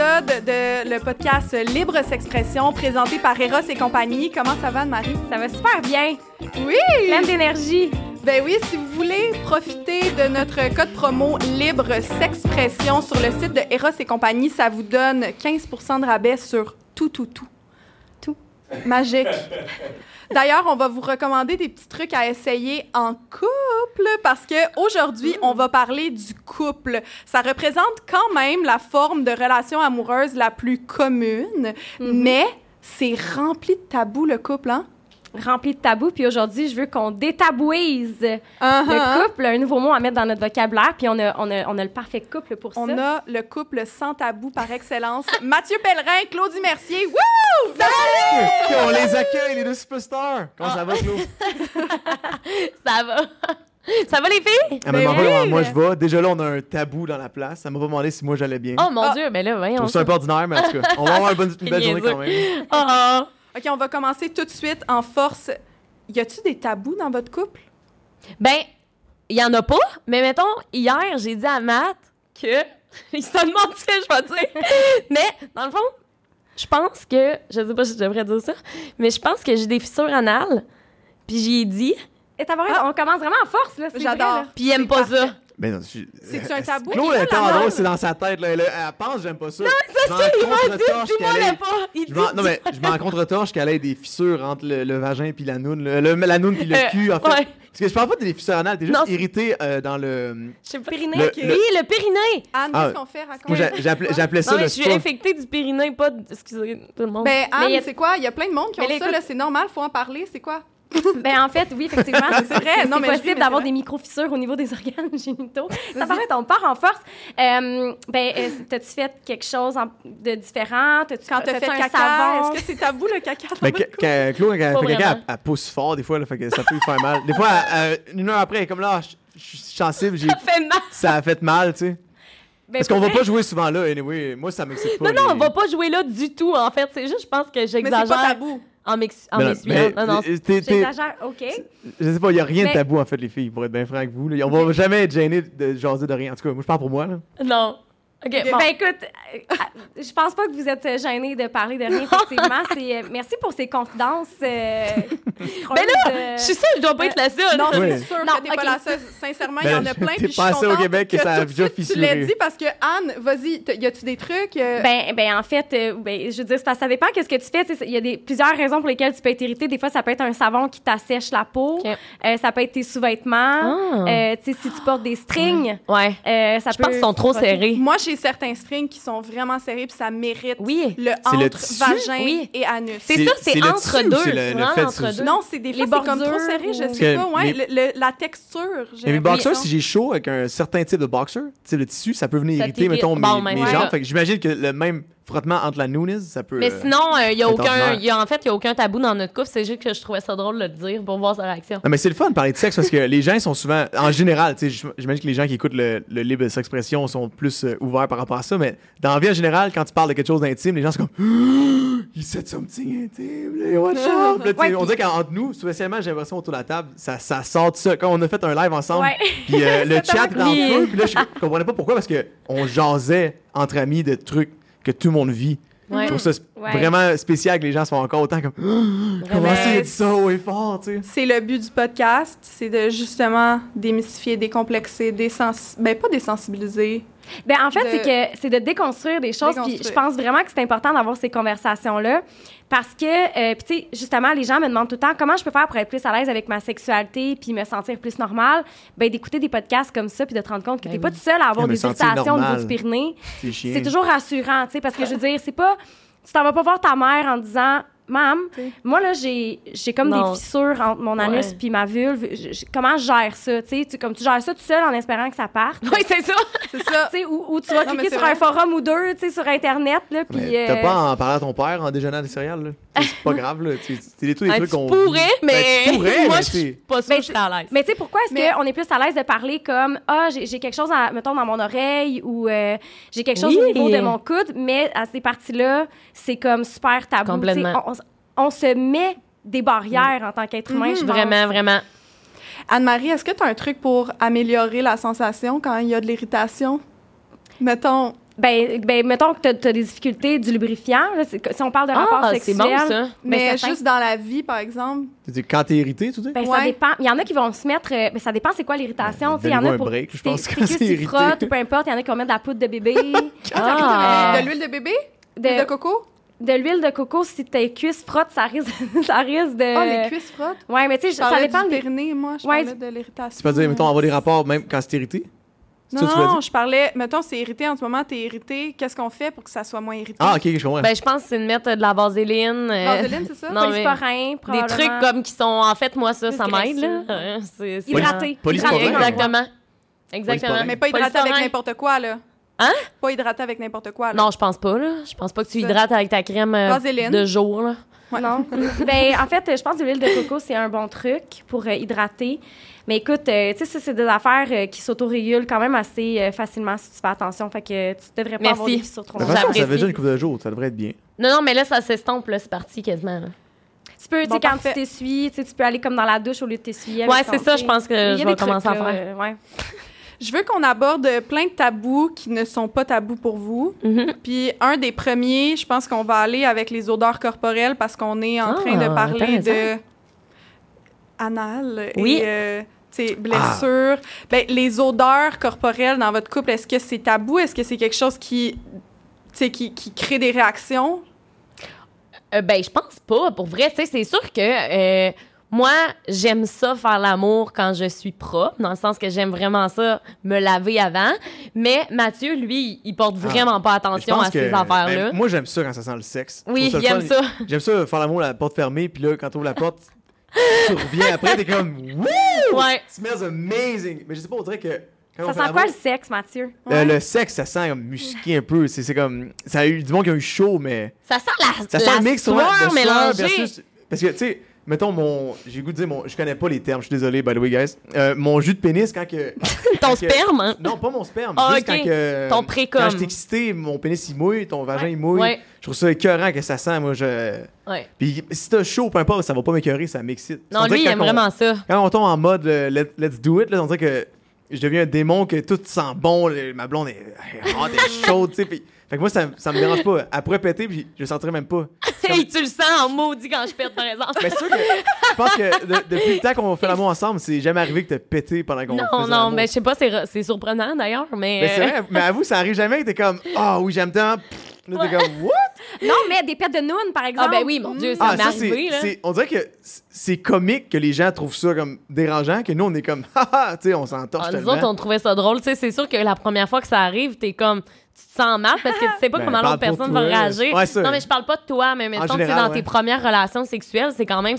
de le podcast Libre S'expression présenté par Eros et compagnie. Comment ça va, Anne-Marie? Ça va super bien. Oui! Pleine d'énergie. Ben oui, si vous voulez profiter de notre code promo Libre S'expression sur le site de Eros et compagnie, ça vous donne 15 de rabais sur tout, tout, tout. Tout. Magique. D'ailleurs, on va vous recommander des petits trucs à essayer en couple parce que aujourd'hui, on va parler du couple. Ça représente quand même la forme de relation amoureuse la plus commune, mais c'est rempli de tabous le couple, hein? Rempli de tabous. Puis aujourd'hui, je veux qu'on détabouise Uh-huh. le couple, un nouveau mot à mettre dans notre vocabulaire. Puis on a, on a, on a le parfait couple pour ça. On a le couple sans tabou par excellence. Mathieu Pellerin, Claudie Mercier. Wouh! Et on les accueille, les deux superstars! Comment ça va, Claude? Ça va. ça va les filles? Ah, Elle m'a demandé oui. comment moi je vais. Déjà là, on a un tabou dans la place. Elle m'a pas demandé si moi j'allais bien. Oh mon Ah. Dieu, mais là, Je voyons. trouve ça un peu ordinaire, mais en tout cas, on va avoir une, bonne- une belle Niaiseux. journée quand même. Oh, oh. OK, on va commencer tout de suite en force. Y a-tu des tabous dans votre couple? Ben, il y en a pas, mais mettons, hier, j'ai dit à Matt que. il se demande ce que je vais dire. mais, dans le fond, je pense que. Je sais pas si je devrais dire ça, mais je pense que j'ai des fissures anales. Puis j'y ai dit. Et t'as vraiment- on commence vraiment en force, là. c'est Ah. J'adore. vrai, là. Puis il aime pas ça. Mais Ben non, je suis- C'est-tu un tabou? Euh, Claude, elle est la en même. drôle, c'est dans sa tête. Là. Elle, elle pense, j'aime pas ça. Non, C'est ça, il m'a dit. Puis moi, l'aime pas. Il Je m'en- dit- non, mais je m'en contre-torche qu'elle ait des fissures entre le, le vagin puis la noune. Le, le- la noune puis le Euh, cul, en fait. ouais. Parce que je parle pas des fissures anales, t'es juste Non, c'est- irrité euh, dans le... Je sais pas. Périnée, Le- ok. Oui, le périnée. Anne, Ah, qu'est-ce qu'on fait? Raconte. Moi, j'a- j'appelais j'appelais ça Non, mais le je suis spa. infectée du périnée, pas de... Excusez tout le monde. Ben, Anne, Mais y a- c'est quoi? Il y a plein de monde qui Mais ont ça, l'écoute- là. C'est normal, faut en parler. C'est quoi? Ben, en fait, oui, effectivement, c'est C'est vrai, vrai. non, Non, mais je vis, mais mais possible d'avoir c'est vrai. des micro-fissures au niveau des organes génitaux. Ça paraît, on part en force. Euh, ben, euh, t'as-tu fait quelque chose en- de différent? T'as-tu Quand t'as t'as-tu fait un caca, savon? est-ce que c'est tabou, le caca? dans Mais votre que- que- Claude, quand elle Pas fait caca, elle, vraiment. elle pousse fort des fois, là, fait que ça peut lui faire mal. Des fois, elle- elle- une heure après, elle est comme là, je je suis sensible, j'ai- ça fait mal. ça a fait mal, tu sais. Ben, Parce qu'on va pour pas jouer souvent là, anyway. Moi, ça m'excite pas. Non, non, on les- va pas jouer là du tout, en fait. C'est juste, je pense que Mais c'est pas j'exagère tabou. en m'ex- en Mais non, m'essuyant. mais- euh, Non, non, t'es- t'es- J'exagère, OK. je sais pas, il y a rien de Mais- tabou en fait, les filles, pour être bien franc avec vous. là. On va jamais être gêné de jaser de rien. En tout cas, moi, je parle pour moi. Là. Non. OK, Ok, bon. Ben écoute, euh, euh, je pense pas que vous êtes gênés de parler de rien, effectivement. C'est, euh, merci pour ces confidences. Euh, Ben là, euh, je suis sûre, je dois pas être la seule. Non, Oui. c'est sûr Non, que t'es pas ok. la seule. Sincèrement, il Ben, y en a plein. t'es puis je suis passée au contente Québec que ça a tout de déjà suite, Tu fissuré. l'as dit parce que, Anne, vas-y, t- y a-tu des trucs? euh, Ben, ben en fait, euh, ben, je veux dire, c'est parce que ça dépend qu'est-ce que tu fais. tu sais, Il y a des, plusieurs raisons pour lesquelles tu peux être irrité. Des fois, ça peut être un savon qui t'assèche la peau. Ok. Euh, ça peut être tes sous-vêtements. Euh, Euh, tu sais, si tu portes des strings, ouais. euh, ça Je peut... pense qu'ils sont trop frotter. serrés. Moi, j'ai certains strings qui sont vraiment serrés, puis ça mérite Oui. le C'est entre le tissu? vagin Oui. et anus. C'est ça, c'est c'est le entre tissu ou deux. c'est le- C'est le vraiment fait de entre se- deux. Non, c'est des Les fois, c'est comme trop bordures serré, je ou- sais Parce pas. que Ouais, mes- le- le- la texture, j'ai Mais mes boxers, l'impression. si j'ai chaud avec un certain type de boxer, tu sais, le tissu, ça peut venir Ça irriter, t'irrite. mettons, Bon, mes, ben, mes ouais. jambes. Fait que j'imagine que le même frottement entre la Nunes, ça peut. Mais euh, sinon, il y a c'est aucun, ordinaire. y a, en fait, il y a aucun tabou dans notre couple. C'est juste que je trouvais ça drôle de le dire pour voir sa réaction. Non, mais c'est le fun de parler de sexe parce que les gens sont souvent, en général, tu sais, j'im- j'imagine que les gens qui écoutent le, le libre s'expression sont plus euh, ouverts par rapport à ça, mais dans la vie en général, quand tu parles de quelque chose d'intime, les gens sont comme Il said something intime, là, watch out! Là, tu sais, Ouais, on dirait qu'entre nous, spécialement, j'ai l'impression autour de la table, ça, ça sort de ça. Quand on a fait un live ensemble, Ouais. puis euh, le C'est chat est en tellement feu, puis là, je je comprenais pas pourquoi parce que on jasait entre amis de trucs que tout le monde vit. Je Ouais. trouve ça sp- Ouais. vraiment spécial que les gens se font encore autant comme Comment Ben, ça, il a dit ça haut et fort, tu sais? C'est le but du podcast, c'est de justement démystifier, décomplexer, désens... ben pas désensibiliser. Ben, en fait, De- c'est que c'est de déconstruire des choses. Puis Déconstruire. je pense vraiment que c'est important d'avoir ces conversations-là. Parce que, euh, puis tu sais, justement, les gens me demandent tout le temps comment je peux faire pour être plus à l'aise avec ma sexualité puis me sentir plus normale. Ben, d'écouter des podcasts comme ça puis de te rendre compte que Ben t'es oui. pas tout seul à avoir Et me des sentir irritations au niveau normal. du Pyrénées. C'est chiant. C'est toujours rassurant, tu sais, parce que je veux dire, c'est pas. Tu t'en vas pas voir ta mère en disant. Mam, T'sais. moi là j'ai j'ai comme Non. des fissures entre mon anus Ouais. puis ma vulve. Je- je- comment je gère ça, tu sais, tu comme tu gères ça tout seul en espérant que ça parte. Oui, c'est ça. C'est ça. Tu sais, ou, ou tu vas Non, mais cliquer c'est sur vrai. un forum ou deux, tu sais, sur Internet, là, puis... Mais T'as euh, pas à en parler à ton père en déjeunant des céréales, là. C'est pas grave, là. Tu- C'est des, tous des Ben, trucs tu qu'on. pourrais, Ben, mais tu pourrais, moi, mais je tu suis sais. pas sûre Ben, que je suis à l'aise. Mais tu sais, pourquoi est-ce Mais- qu'on est plus à l'aise de parler comme « Ah, j'ai j'ai quelque chose, à, mettons, dans mon oreille » ou euh, J'ai quelque chose Oui. au niveau de mon coude », mais à ces parties-là, c'est comme super tabou. Tu Complètement. sais, On, on s- on se met des barrières en tant qu'être humain, je pense. Mhm, Vraiment, vraiment. Anne-Marie, est-ce que tu as un truc pour améliorer la sensation quand il y a de l'irritation? Mettons, Ben, ben, mettons que tu as, des difficultés du lubrifiant. là, c'est que- si on parle de rapport Ah, c'est sexuel, bon ça. ben, Mais certain. juste dans la vie, par exemple. C'est-à-dire, Quand t'es irrité, tu dis? Ben, ça Ouais. dépend. Il y en a qui vont se mettre. euh, ben, ça dépend c'est quoi l'irritation. Ben, tu sais, il y en a donnez-vous un pour. break, je c'est- pense c'est que que c'est s'ils irrité. frottent ou peu importe. Il y en a qui vont mettre de la poudre de bébé. Ah. Euh, De l'huile de bébé? De, de, coco? de l'huile de coco, si tes cuisses frottent, ça risque, ça risque de. Ah, les cuisses frottent. Ouais, mais tu sais, Je ça parlais dépend. du des- périnée, moi. Je Ouais, parlais de l'irritation. C'est pas dire, mettons, avoir des rapports même quand c'est irrité? C'est Non, ça que tu veux non, dire? je parlais... Mettons, c'est irrité en ce moment, t'es irrité. Qu'est-ce qu'on fait pour que ça soit moins irrité? Ah, ok, je comprends. Ben, je pense que c'est de mettre euh, de la vaseline. euh, Vaseline, c'est ça? non, mais- polysporin, des probablement. trucs comme qui sont. En fait, moi, ça, Plus ça m'aide, là. graisseux. Euh, c'est- c'est- Hydraté. Polysporin. Hydraté. Exactement. Exactement. Mais pas hydraté Polysporin. avec n'importe quoi, là. Hein? Pas hydraté avec n'importe quoi, là. Non, je pense pas, là. Je pense pas que tu Ça. hydrates avec ta crème euh, Vaseline. de jour, là. Ouais. Non. ben, en fait, euh, je pense que l'huile de coco, c'est un bon truc pour euh, hydrater. Mais écoute, euh, tu sais, ça, c'est des affaires euh, qui s'autorégulent quand même assez euh, facilement si tu fais attention. Fait que tu devrais pas Merci. avoir des fissures trop De toute J'apprécie. façon, longtemps. ça fait déjà une coupe de jours, ça devrait être bien. Non, non, mais là, ça s'estompe, là. C'est parti quasiment, là. Tu peux, tu sais, Bon, quand parfait. tu t'essuies, tu sais, tu peux aller comme dans la douche au lieu de t'essuyer. avec Ouais, ton- c'est ça, je pense que Il y a je des vais trucs, commencer à là, faire. euh, ouais. Je veux qu'on aborde plein de tabous qui ne sont pas tabous pour vous. Mhm. Puis un des premiers, je pense qu'on va aller avec les odeurs corporelles parce qu'on est en Ah, train de parler intéressant. de anal Oui. Ah. et euh, tu sais, blessures. Ben, les odeurs corporelles dans votre couple, est-ce que c'est tabou? Est-ce que c'est quelque chose qui, tu sais, qui, qui crée des réactions? Euh, ben, je pense pas. Pour vrai, tu sais, c'est sûr que euh, moi, j'aime ça faire l'amour quand je suis propre, dans le sens que j'aime vraiment ça me laver avant. Mais Mathieu, lui, il porte Ah. vraiment pas Je attention pense à que- ces affaires-là. ben, moi, j'aime ça quand ça sent le sexe. Je oui, trouve il le aime fun. ça. J'aime ça faire l'amour, la porte fermée, puis là, quand t'ouvres la porte, tu reviens après, t'es comme Woo! Ouais. It smells amazing! Mais je sais pas, on dirait que. quand on Ça fait sent l'amour, quoi le sexe, Mathieu? euh, Ouais. le sexe, ça sent comme musqué un peu. C'est c'est comme. Ça a eu du monde qui a eu chaud, mais. Ça sent la, Ça la sent un mix ouais, sueur de sueur mélangée. versus- Parce que, tu sais, mettons mon. J'ai le goût de dire mon. Je connais pas les termes, je suis désolé, by the way, guys. Euh, mon jus de pénis, quand que. Ton que- sperme, hein? Non, pas mon sperme. Ah, juste ok. quand que. Ton précomme. Quand je suis excité, mon pénis il mouille, ton vagin il mouille. Ouais. Je trouve ça écœurant que ça sent, moi. Je... Ouais. Puis si t'as chaud, peu importe, ça va pas m'écœurer, ça m'excite. On Non, dirait lui, il quand aime on- vraiment ça. Quand on tombe en mode euh, let- let's do it, là, on dirait que je deviens un démon, que tout sent bon, le- ma blonde est elle est hot, elle est chaude, tu sais. puis- Fait que moi, ça, ça me dérange pas. Elle pourrait péter, puis je le sentirais même pas. Hey, tu le sens en maudit quand je perds, par exemple. Mais c'est sûr que je pense que de- depuis le temps qu'on fait l'amour ensemble, c'est jamais arrivé que t'as pété pendant qu'on faisait Non, non, l'amour. mais je sais pas, c'est re- c'est surprenant d'ailleurs, mais. Mais c'est vrai, mais avoue, ça arrive jamais que t'es comme Ah oui, j'aime tant. Pff, Là, t'es comme What? Non, mais des pètes de nounes, par Ah, exemple. ben oui, mon Dieu, ça Ah, m'est ça, c'est. arrivé, là. c'est- On dirait que c'est- c'est comique que les gens trouvent ça comme dérangeant, que nous, on est comme Haha, tu sais, on s'entorche Ah, nous tellement. autres, on trouvait ça drôle. Tu sais, c'est sûr que la première fois que ça arrive, t'es comme. Tu te sens mal parce que tu sais pas Ben, comment parle l'autre pour personne toi. va réagir. Ouais, ça. non, mais je parle pas de toi, mais mettons, tu sais, général, dans ouais. tes premières relations sexuelles, c'est quand même.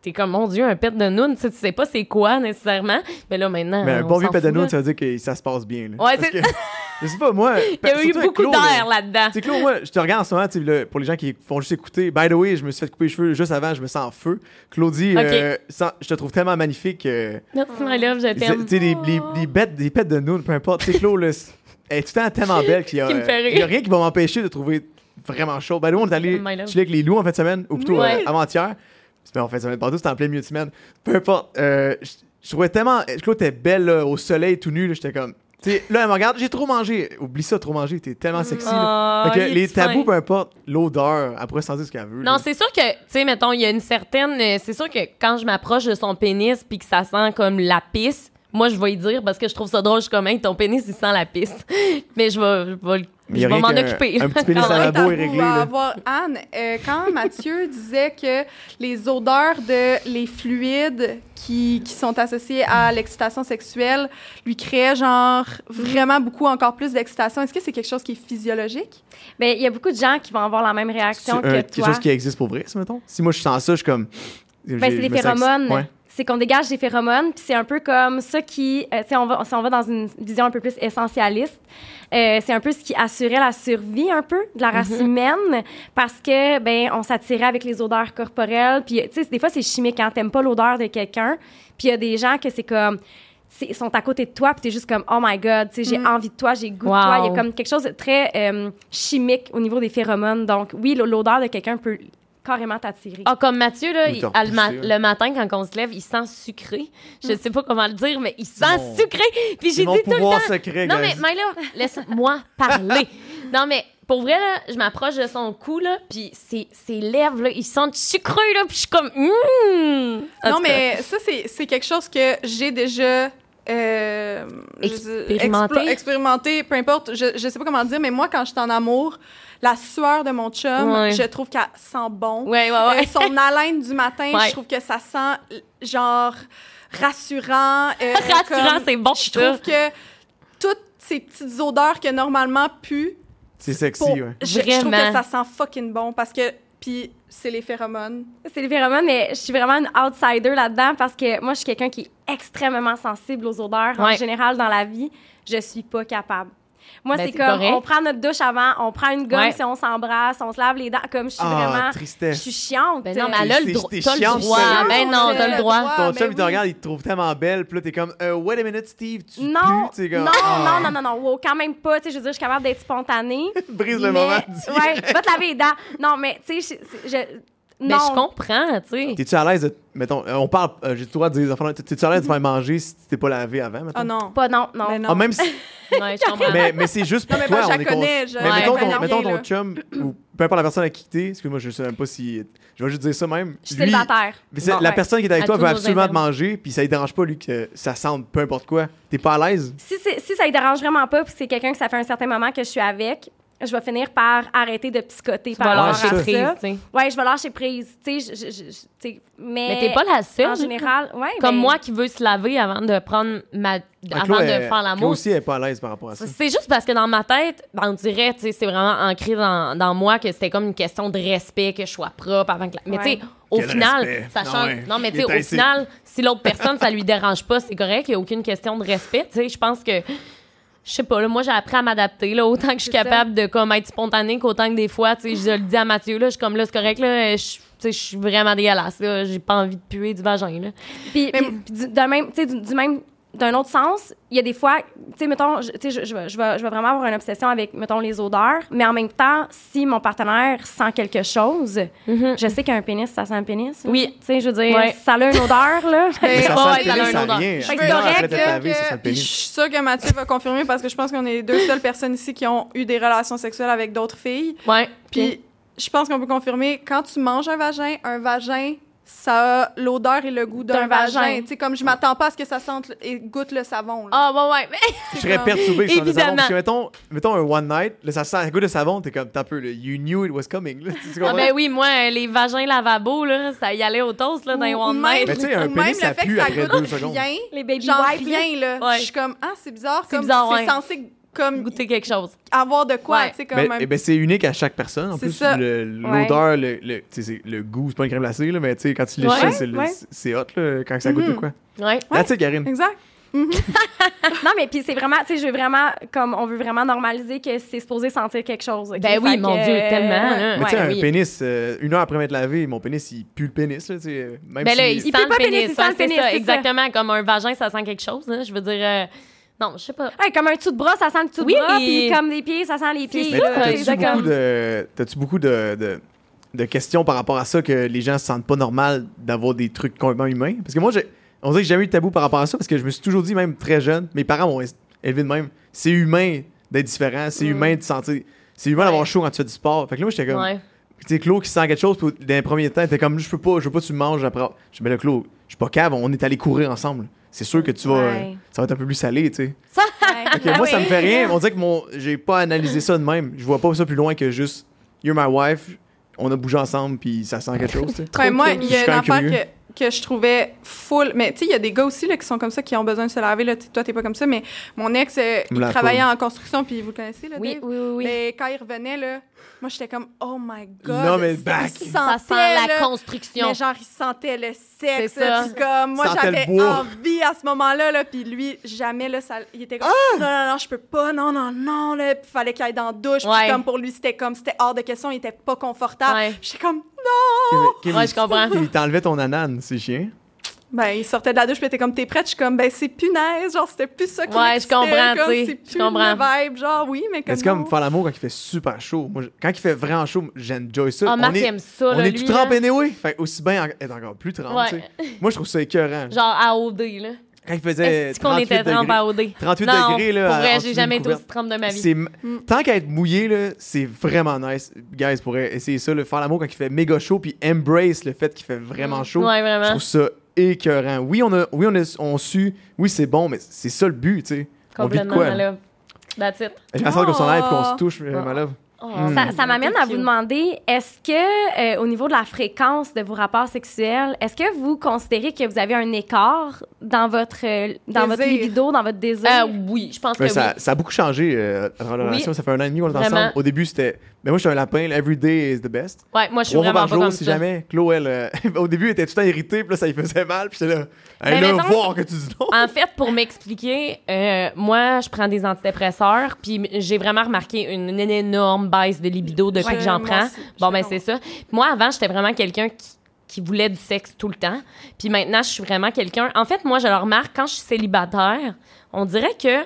T'es comme, mon Dieu, un pet de noun. Tu sais, tu sais pas c'est quoi nécessairement. Mais là, maintenant. Mais un on bon vieux s'en fout, pédano, là. ça veut dire que ça se passe bien. Là. Ouais, Parce c'est- que- Je sais pas, moi. Il y a eu surtout avec beaucoup Claude, d'air là-dedans. Tu sais, Claude, moi, je te regarde en ce moment, tu sais, là, pour les gens qui font juste écouter. By the way, je me suis fait couper les cheveux juste avant, je me sens en feu. Claudie, Ok. euh, sans- je te trouve tellement magnifique. euh, Merci, my love, je tu sais, t'aime. tu sais, les, les, les bêtes, les bêtes de nous, peu importe. Tu sais, Claude, là, c'est- elle est tout le temps tellement belle qu'il y a, Ce qui me fait euh, rire. il y a rien qui va m'empêcher de trouver vraiment chaud. Ben, nous, on est allé My love. chiller avec les loups en fin de semaine, ou plutôt Ouais. euh, avant-hier. C'est pas en fin de semaine, partout, c'était en plein milieu de semaine. Peu importe. euh, je, je trouvais tellement. euh, Claude était belle là, au soleil, tout nu. là, J'étais comme. tu sais, là, elle me regarde, j'ai trop mangé. Oublie ça, trop mangé. T'es tellement sexy. là. Ah, Fait que il est les fin. tabous, peu importe, l'odeur, elle pourrait sentir ce qu'elle veut. Non, là. c'est sûr que, tu sais, mettons, il y a une certaine. euh, C'est sûr que quand je m'approche de son pénis puis que ça sent comme la pisse, moi, je vais y dire parce que je trouve ça drôle. Je suis comme, hey, ton pénis, il sent la pisse. Mais je vais, je vais, Mais y a je vais rien m'en qu'un- occuper. Un petit pénis Quand à la Un boue tabou est réglé. à là. avoir. Anne, euh, quand Mathieu disait que les odeurs de les fluides qui, qui sont associés à l'excitation sexuelle lui créaient genre vraiment beaucoup encore plus d'excitation, est-ce que c'est quelque chose qui est physiologique? Ben, il y a beaucoup de gens qui vont avoir la même réaction C'est un- que quelque toi. chose qui existe pour vrai, ça, mettons? Si moi, je sens ça, je suis comme... Ben, j'ai- c'est je les me sens ex- phéromones. Ouais. C'est qu'on dégage des phéromones, puis c'est un peu comme ça qui, euh, tu sais, on va, si on va dans une vision un peu plus essentialiste, euh, c'est un peu ce qui assurait la survie un peu de la race Mhm. humaine, parce que ben on s'attirait avec les odeurs corporelles, puis tu sais, des fois c'est chimique quand t'aimes pas l'odeur de quelqu'un, puis il y a des gens que c'est comme c'est- ils sont à côté de toi, puis t'es juste comme oh my god, tu sais, Mhm. j'ai envie de toi, j'ai goût de toi. Il y Wow. a comme quelque chose de très euh, chimique au niveau des phéromones. Donc oui, l- l'odeur de quelqu'un peut carrément t'attirer. Ah, comme Mathieu, là, Ou il- t'as à le, ma- repoussé, ouais. le matin, quand on se lève, il sent sucré. Je sais pas comment le dire, mais il sent mon- sucré. Puis C'est j'ai mon dit tout le temps. pouvoir secret, Non, mais guys. Myla, laisse-moi parler. Non, mais pour vrai, là, je m'approche de son cou, là, puis ses, ses lèvres, là, ils sentent sucreux, là, puis je suis comme. Mmh! En Non, tout cas, mais ça, c'est c'est quelque chose que j'ai déjà. euh, je sais- Expérimenté. explo- expérimenté, peu importe, je, je sais pas comment dire, mais moi, quand je suis en amour, la sueur de mon chum, Ouais. je trouve qu'elle sent bon. Ouais, ouais, ouais. Euh, son haleine du matin, Ouais. je trouve que ça sent, l- genre, rassurant. euh, Rassurant, comme- c'est bon, Je je trouve que toutes ces petites odeurs que normalement puent, C'est sexy, pour- ouais. je, je trouve que ça Vraiment. sent fucking bon parce que, puis c'est les phéromones. C'est vraiment, mais je suis vraiment une outsider là-dedans parce que moi, je suis quelqu'un qui est extrêmement sensible aux odeurs. En Ouais. général, dans la vie, je suis pas capable. Moi, Ben, c'est c'est comme, correct. on prend notre douche avant, on prend une gomme Ouais. si on s'embrasse, on se lave les dents. Comme je suis Ah, vraiment. Je tristesse. suis chiante. Ben non, mais elle a C'est- le droit. c'est- c'est T'as chiant, le droit. ça. Ben non, t'as le droit. mais Ton chum, il te Ah, ben oui. regarde, il te trouve tellement belle, puis là, t'es comme, Euh, wait a minute, Steve, tu Non, pues, t'es non, comme, non, Ah. non, non, non, wow, quand même pas. Tu sais, je veux dire, je suis capable d'être spontanée. Brise mais- le moment. Ouais, va te laver les dents. Non, mais tu sais, je- je. Mais non. Ben, je comprends, tu sais. T'es-tu à l'aise de. Mettons, euh, on parle, euh, j'ai le droit de dire des affaires. T'es-tu à l'aise de faire manger si t'es pas lavé avant, mettons? Ah non. Pas non, non. Mais non. Ah, même si- Ouais, je comprends. mais, mais c'est juste pour mais toi. moi, je on la est cons- connais, je- mais ouais, mettons, je ton, connais mettons bien, ton là. chum, ou peu importe la personne à qui t'es, excuse-moi, je sais même pas si. Je vais juste dire ça même. Je suis Lui, célibataire. mais c'est- Bon, la ouais. personne qui est avec À toi tous veut nos absolument te intervenants. manger, puis ça ne dérange pas, lui, que ça sente peu importe quoi. T'es pas à l'aise? si, c'est- si ça ne dérange vraiment pas, puis c'est quelqu'un que ça fait un certain moment que je suis avec, je vais finir par arrêter de psychoter par Voilà, rapport lâcher à prise, ça. tu sais. Ouais, je vais lâcher prise. Tu sais, je- je- je- tu sais, mais. Mais t'es pas la seule. En général, ouais. Comme ben, moi qui veux se laver avant de prendre ma. Ah, avant Chloé, de elle- faire Chloé l'amour. aussi, elle est pas à l'aise par rapport à ça. C'est juste parce que dans ma tête, ben, on dirait, tu sais, c'est vraiment ancré dans, dans moi que c'était comme une question de respect, que je sois propre avant que la- Mais Ouais. tu sais, au Quel final, respect. ça Ah change. ouais. Non, mais tu Il sais, est au ainsi. final, si l'autre personne, ça lui dérange pas, c'est correct, il n'y a aucune question de respect. Tu sais, je pense que. Je sais pas, là, moi j'ai appris à m'adapter, là, autant que je suis C'est ça. capable de comme être spontanée qu'autant que des fois, tu sais, je le dis à Mathieu, là, je suis comme là, c'est correct, là, je tu sais, je suis vraiment dégueulasse, là, j'ai pas envie de puer du vagin, là. Puis, Mais- puis- puis du, d'un même, tu sais, du, du même, d'un autre sens, il y a des fois, tu sais, mettons, je, tu sais, je, je, vais- je vais, je vais vraiment avoir une obsession avec, mettons, les odeurs, mais en même temps, si mon partenaire sent quelque chose, je sais qu'un pénis, ça sent un pénis. là. Mhm. Oui. Tu sais, je veux dire, Ouais. ça a une odeur, là. Mais ça Ouais, sent ouais, le ça a pénis, un ça odeur. rien. Fait que Une c'est heure après correct, t'être là, lavé, ça sent que- le puis pénis. je suis sûre que Mathieu va confirmer parce que je pense qu'on est les deux seules personnes ici qui ont eu des relations sexuelles avec d'autres filles. Ouais. Puis je pense qu'on peut confirmer, quand tu manges un vagin, un vagin, ça a l'odeur et le goût d'un D'un vagin. vagin. Tu sais, comme Ah. je m'attends pas à ce que ça sente le- et goûte le savon. là. Ah, ouais, ouais. Je C'est serais comme- perturbé, je suis en Évidemment. désavant, Parce que mettons, mettons un one night, là, ça sent un goût de savon, t'es comme, t'as peu, là, you knew it was coming. là, tu comprends? Ah ben oui, moi, euh, les vagins lavabo, là, ça y allait au toast, là, dans les Ou- one ou même- night. Mais tu sais, un ou pénis, même ça le fait pue que ça après goûte deux secondes. rien, Les baby genre wipes, là. rien, là. Ouais. Je suis comme, ah, c'est bizarre. C'est comme bizarre, C'est ouais. censé comme Goûter quelque chose. avoir de quoi, Ouais. tu sais, comme Ben, un eh ben, c'est unique à chaque personne. En C'est plus, ça. le- l'odeur, le, le, tu sais, c'est- le goût, c'est pas une crème glacée, là, mais tu sais, quand tu le Ouais, Mm-hmm. chies, c'est le- ouais. c'est hot là, quand ça goûte de Mhm. quoi. Ouais. Là, tu sais, Karine. Exact. Non, mais puis c'est vraiment, tu sais, je veux vraiment, comme, on veut vraiment normaliser que c'est supposé sentir quelque chose. ok? Ben Fait oui, mon que, Dieu, euh, tellement. ouais. là. Mais tu sais, Ouais, un oui. pénis, euh, une heure après m'être lavé, mon pénis, il pue le pénis. Là, tu sais, euh, même Ben là, si- il, Il sent peut le pas pénis, pénis, il ouais, sent le c'est pénis, ça, c'est ça. Exactement, comme un vagin, ça sent quelque chose, là. Je veux dire... euh, Non, je sais pas. Ouais, comme un tout de bras, ça sent le tout de Oui, bras, et- puis comme des pieds, ça sent les pieds. Mais ça, là, euh, c'est t'as-tu beaucoup, comme- de, t'as-tu beaucoup de, de, de questions par rapport à ça que les gens se sentent pas normal d'avoir des trucs complètement humains? Parce que moi, j'ai, on dirait que j'ai jamais eu de tabou par rapport à ça parce que je me suis toujours dit, même très jeune, mes parents m'ont es- élevé de même. C'est humain d'être différent, c'est humain de sentir. C'est humain d'avoir chaud quand tu fais du sport. Fait que là, moi, j'étais comme. Ouais. Tu sais, Claude qui sent quelque chose, puis dans les premiers temps, t'es comme, je peux pas, je veux pas que tu me manges après. Je dis, mais là, Claude, je suis pas cave, on est allé courir ensemble. C'est sûr que tu vas. Ouais. Ça va être un peu plus salé, tu sais. Ouais. Ok, Ah moi, ça me fait rien. On dirait que mon, j'ai pas analysé ça de même. Je vois pas ça plus loin que juste You're my wife, on a bougé ensemble, puis ça sent quelque chose. tu sais. Ben, moi, il y Je a une suis quand même affaire curieux. que, que je trouvais full. Mais tu sais, il y a des gars aussi là, qui sont comme ça, qui ont besoin de se laver. Là. Tu- Toi, t'es pas comme ça, mais mon ex, euh, Me il lave travaillait en construction, puis vous le connaissez, là, Oui, Dave? oui, oui, oui. Mais quand il revenait, là, moi, j'étais comme, oh my god. Non, mais il back. sentait, Ça sent la là, construction. Mais genre, il sentait le sexe. C'est ça. puis comme, moi, Sentait j'avais le bois. envie à ce moment-là, là, puis lui, jamais, là, ça, il était comme, Ah! non, non, non, je peux pas, non, non, non, là, puis fallait qu'il aille dans la douche. puis Ouais. comme pour lui, c'était comme, c'était hors de question, il était pas confortable. Ouais. J'étais comme, Kim- Kim, Oh! Ouais, je comprends. Il t'enlevait ton anane, c'est chien. Ben, il sortait de la douche, puis il était comme, t'es prête? Je suis comme, ben, c'est punaise, genre, c'était plus ça qui Ouais, je existait, comprends, comme, tu sais, c'est je plus comprends. le vibe, genre, oui, mais comme. C'est comme non. faire l'amour quand il fait super chaud. Moi, je- quand il fait vraiment chaud, j'enjoy ça. Ah, Marc, on il est, aime ça, on là, est lui, tout là. trempé anyway. Fait aussi bien en- être encore plus trempé. Ouais. tu sais. Moi, je trouve ça écœurant. Genre à OD, là. Quand il faisait Est-ce qu'on 38 était degrés, 30 à OD? 38 non, degrés, là, pour en vrai, dessous j'ai d'une jamais été couverte. aussi 30 de ma vie. Mm. C'est m- Tant qu'à être mouillé, là, c'est vraiment nice. Guys, pourrait essayer ça, le faire l'amour quand il fait méga chaud, puis embrace le fait qu'il fait vraiment chaud. Mm. Ouais, Je vraiment. trouve ça écœurant. Oui, on a, oui, on a, on sue, oui, c'est bon, mais c'est ça le but, tu sais. On vit de Complètement, quoi? ma love. That's it. J'ai la sorte qu'on s'en aille puis qu'on se Oh. touche, euh, ma love. Oh, Mm. Ça, ça m'amène à vous Cute. demander, est-ce que, euh, au niveau de la fréquence de vos rapports sexuels, est-ce que vous considérez que vous avez un écart dans votre, euh, dans votre Désir. libido, dans votre désir? Euh, oui, je pense que Mais ça, oui. ça a beaucoup changé euh, dans la Oui. relation. Ça fait un an et demi qu'on est Vraiment. ensemble. Au début, c'était. Mais moi, je suis un lapin. là, Every day is the best. Ouais, moi, je suis Trois fois vraiment par pas comme jour, si ça. jamais. Chloé, elle, euh, au début, elle était tout le temps irritée, puis là, ça lui faisait mal, puis j'étais là. Elle Mais là, mettons- voir que tu dis non. En fait, pour m'expliquer, euh, moi, je prends des antidépresseurs, puis m- j'ai vraiment remarqué une, une énorme baisse de libido depuis Ouais, que j'en moi prends. aussi, je Bon, ben comprends. c'est ça. Moi, avant, j'étais vraiment quelqu'un qui, qui voulait du sexe tout le temps. Puis maintenant, je suis vraiment quelqu'un... En fait, moi, je le remarque, quand je suis célibataire, on dirait que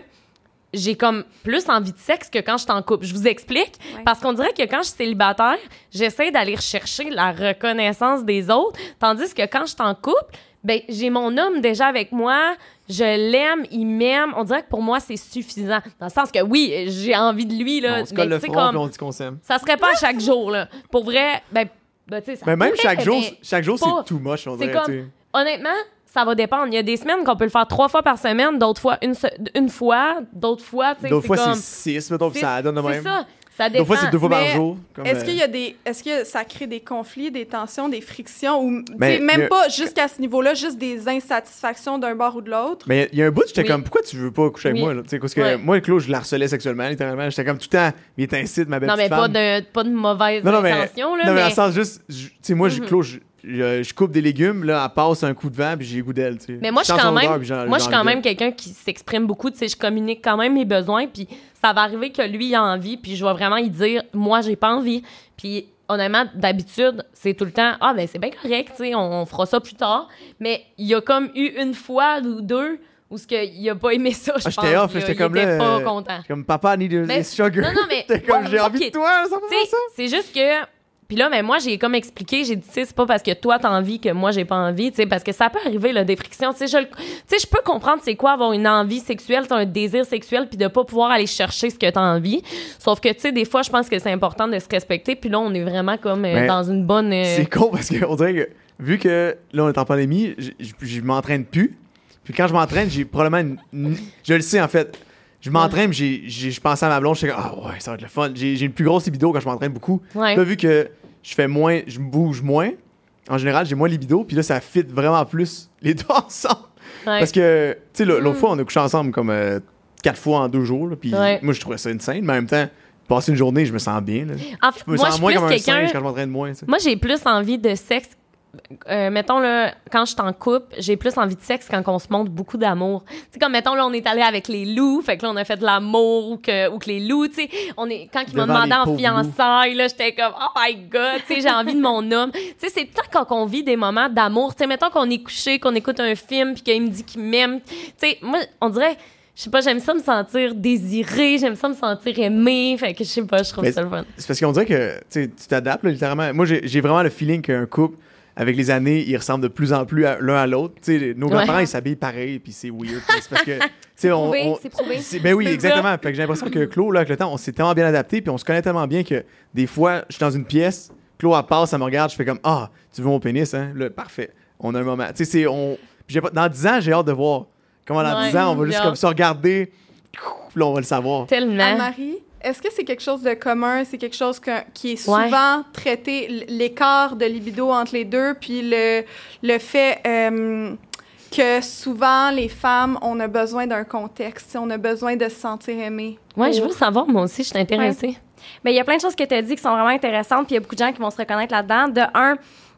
j'ai comme plus envie de sexe que quand je suis en couple. Je vous explique. Ouais. Parce qu'on dirait que quand je suis célibataire, j'essaie d'aller rechercher la reconnaissance des autres. Tandis que quand je suis en couple, ben, j'ai mon homme déjà avec moi. Je l'aime, il m'aime. On dirait que pour moi, c'est suffisant. Dans le sens que oui, j'ai envie de lui. Là, on se colle mais le tu sais, front, comme- puis on dit qu'on s'aime. ça serait pas à chaque jour, là. Pour vrai, ben, ben, tu sais, ça Mais même pourrait, chaque jour, mais chaque jour, pas- c'est too much, on c'est dirait. tu sais. comme, honnêtement, ça va dépendre. Il y a des semaines qu'on peut le faire trois fois par semaine, d'autres fois une, se- une fois, d'autres fois, tu sais, D'autres c'est fois, comme... c'est six, mettons, puis c'est- ça donne de C'est même. ça, ça dépend. D'autres fois, c'est deux fois par Mais jour. comme, Est-ce euh, qu'il y a des est-ce que ça crée des conflits, des tensions, des frictions ou tu Mais sais, même Ben, le- pas jusqu'à ce niveau-là, juste des insatisfactions d'un bord ou de l'autre euh, Mais il y a un bout, j'étais Oui. comme, pourquoi tu veux pas coucher avec Oui. moi? là? Tu sais, Parce que Ouais. moi, Claude, je la harcelais sexuellement, littéralement. J'étais comme tout le temps, il est incite, ma belle Non, mais petite pas femme. de, pas de mauvaise Non, non, mais. intention, là, non, mais dans mais... Mm-hmm. le sens juste, je- tu sais, moi, je Claude, je, je- je coupe des légumes, là, elle passe un coup de vent, puis j'ai goût d'elle, tu sais. Mais moi, je suis sens quand son odeur, même, puis j'en- moi, je j'ai suis quand envie même quelqu'un qui s'exprime beaucoup. Tu sais, je communique quand même mes besoins, puis ça va arriver que lui il a envie, puis je vais vraiment y dire, moi, j'ai pas envie. Puis honnêtement, d'habitude, c'est tout le temps, ah ben c'est bien correct, tu sais, on, on fera ça plus tard. Mais il y a comme eu une fois ou deux où ce que il a pas aimé ça. Je Ah, pense. j'étais off, là. j'étais Il comme était là, pas euh, content. d'elle. Comme papa, need a Mais- a sugar. Non, non, mais- J'étais comme, Ouais, j'ai envie ok. de toi, ça Tu sais, va ça. c'est juste que. Puis là, mais moi, j'ai comme expliqué, j'ai dit, tu sais, c'est pas parce que toi, t'as envie que moi, j'ai pas envie, tu sais, parce que ça peut arriver, là, des frictions. Tu sais, je le- tu sais, je peux comprendre c'est quoi avoir une envie sexuelle, t'as un désir sexuel, puis de pas pouvoir aller chercher ce que t'as envie. Sauf que, tu sais, des fois, je pense que c'est important de se respecter, puis là, on est vraiment comme euh, Mais dans une bonne. euh, C'est con parce qu'on dirait que, vu que là, on est en pandémie, je- je je m'entraîne plus. Puis quand je m'entraîne, j'ai probablement. une- une- je le sais, en fait. Je m'entraîne, j'ai, j'ai- je pensais à ma blonde, je suis comme, ah ouais, ça va être le fun. J'ai, j'ai une plus grosse libido quand je m'entraîne beaucoup. Ouais. Là, vu que je fais moins, je bouge moins, en général, j'ai moins libido, puis là, ça fit vraiment plus les deux ensemble. ouais. Mm. Parce que, tu sais, l'autre fois, on a couché ensemble comme euh, quatre fois en deux jours, là, puis Ouais. moi, je trouvais ça insane, mais en même temps, passer une journée, je me sens bien. là. En fait, Je me moi, je sens suis moins comme plus un singe quelqu'un. quand je m'entraîne moins. tu sais. Moi, j'ai plus envie de sexe. euh, mettons, là, quand je suis en couple, j'ai plus envie de sexe quand on se montre beaucoup d'amour. Tu sais, comme, mettons, là, on est allé avec les loups, fait que là, on a fait de l'amour ou que, ou que les loups, tu sais, on est, quand ils m'ont Devant demandé les en pauvres loups. fiançailles, là, j'étais comme, oh my god, tu sais, j'ai envie de mon homme. Tu sais, c'est tout le temps quand on vit des moments d'amour. Tu sais, mettons qu'on est couché, qu'on écoute un film, puis qu'il me dit qu'il m'aime. Tu sais, moi, on dirait, je sais pas, j'aime ça me sentir désirée, j'aime ça me sentir aimée, fait que je sais pas, je trouve Mais- ça le fun. C'est parce qu'on dirait que tu sais, tu t'adaptes, là, littéralement. Moi, j'ai j'ai vraiment le feeling qu'un couple, avec les années, ils ressemblent de plus en plus à- l'un à l'autre. Tu sais, nos grands-parents, ils s'habillent pareil, puis c'est weird. puis c'est parce que. tu sais, on- prouvé, on- c'est prouvé. c'est- Ben oui, C'est exactement. Fait que j'ai l'impression que Claude, là, avec le temps, on s'est tellement bien adapté, puis on se connaît tellement bien que des fois, je suis dans une pièce, Claude, elle passe, elle me regarde, je fais comme Ah, tu veux mon pénis, hein? Là, parfait. On a un moment. Tu sais, c'est. On... puis j'ai pas- Dans 10 ans, j'ai hâte de voir. Comment dans Ouais, 10 ans, on va juste bien. comme se regarder, puis là, on va le savoir. Tellement. Anne-Marie, est-ce que c'est quelque chose de commun? C'est quelque chose que- qui est Ouais. souvent traité, l- l'écart de libido entre les deux, puis le, le fait euh, que souvent, les femmes, on a besoin d'un contexte, on a besoin de se sentir aimée. Ouais, je veux savoir, moi aussi, je suis intéressée. Mais il y a plein de choses que tu as dit qui sont vraiment intéressantes, puis il y a beaucoup de gens qui vont se reconnaître là-dedans. De un,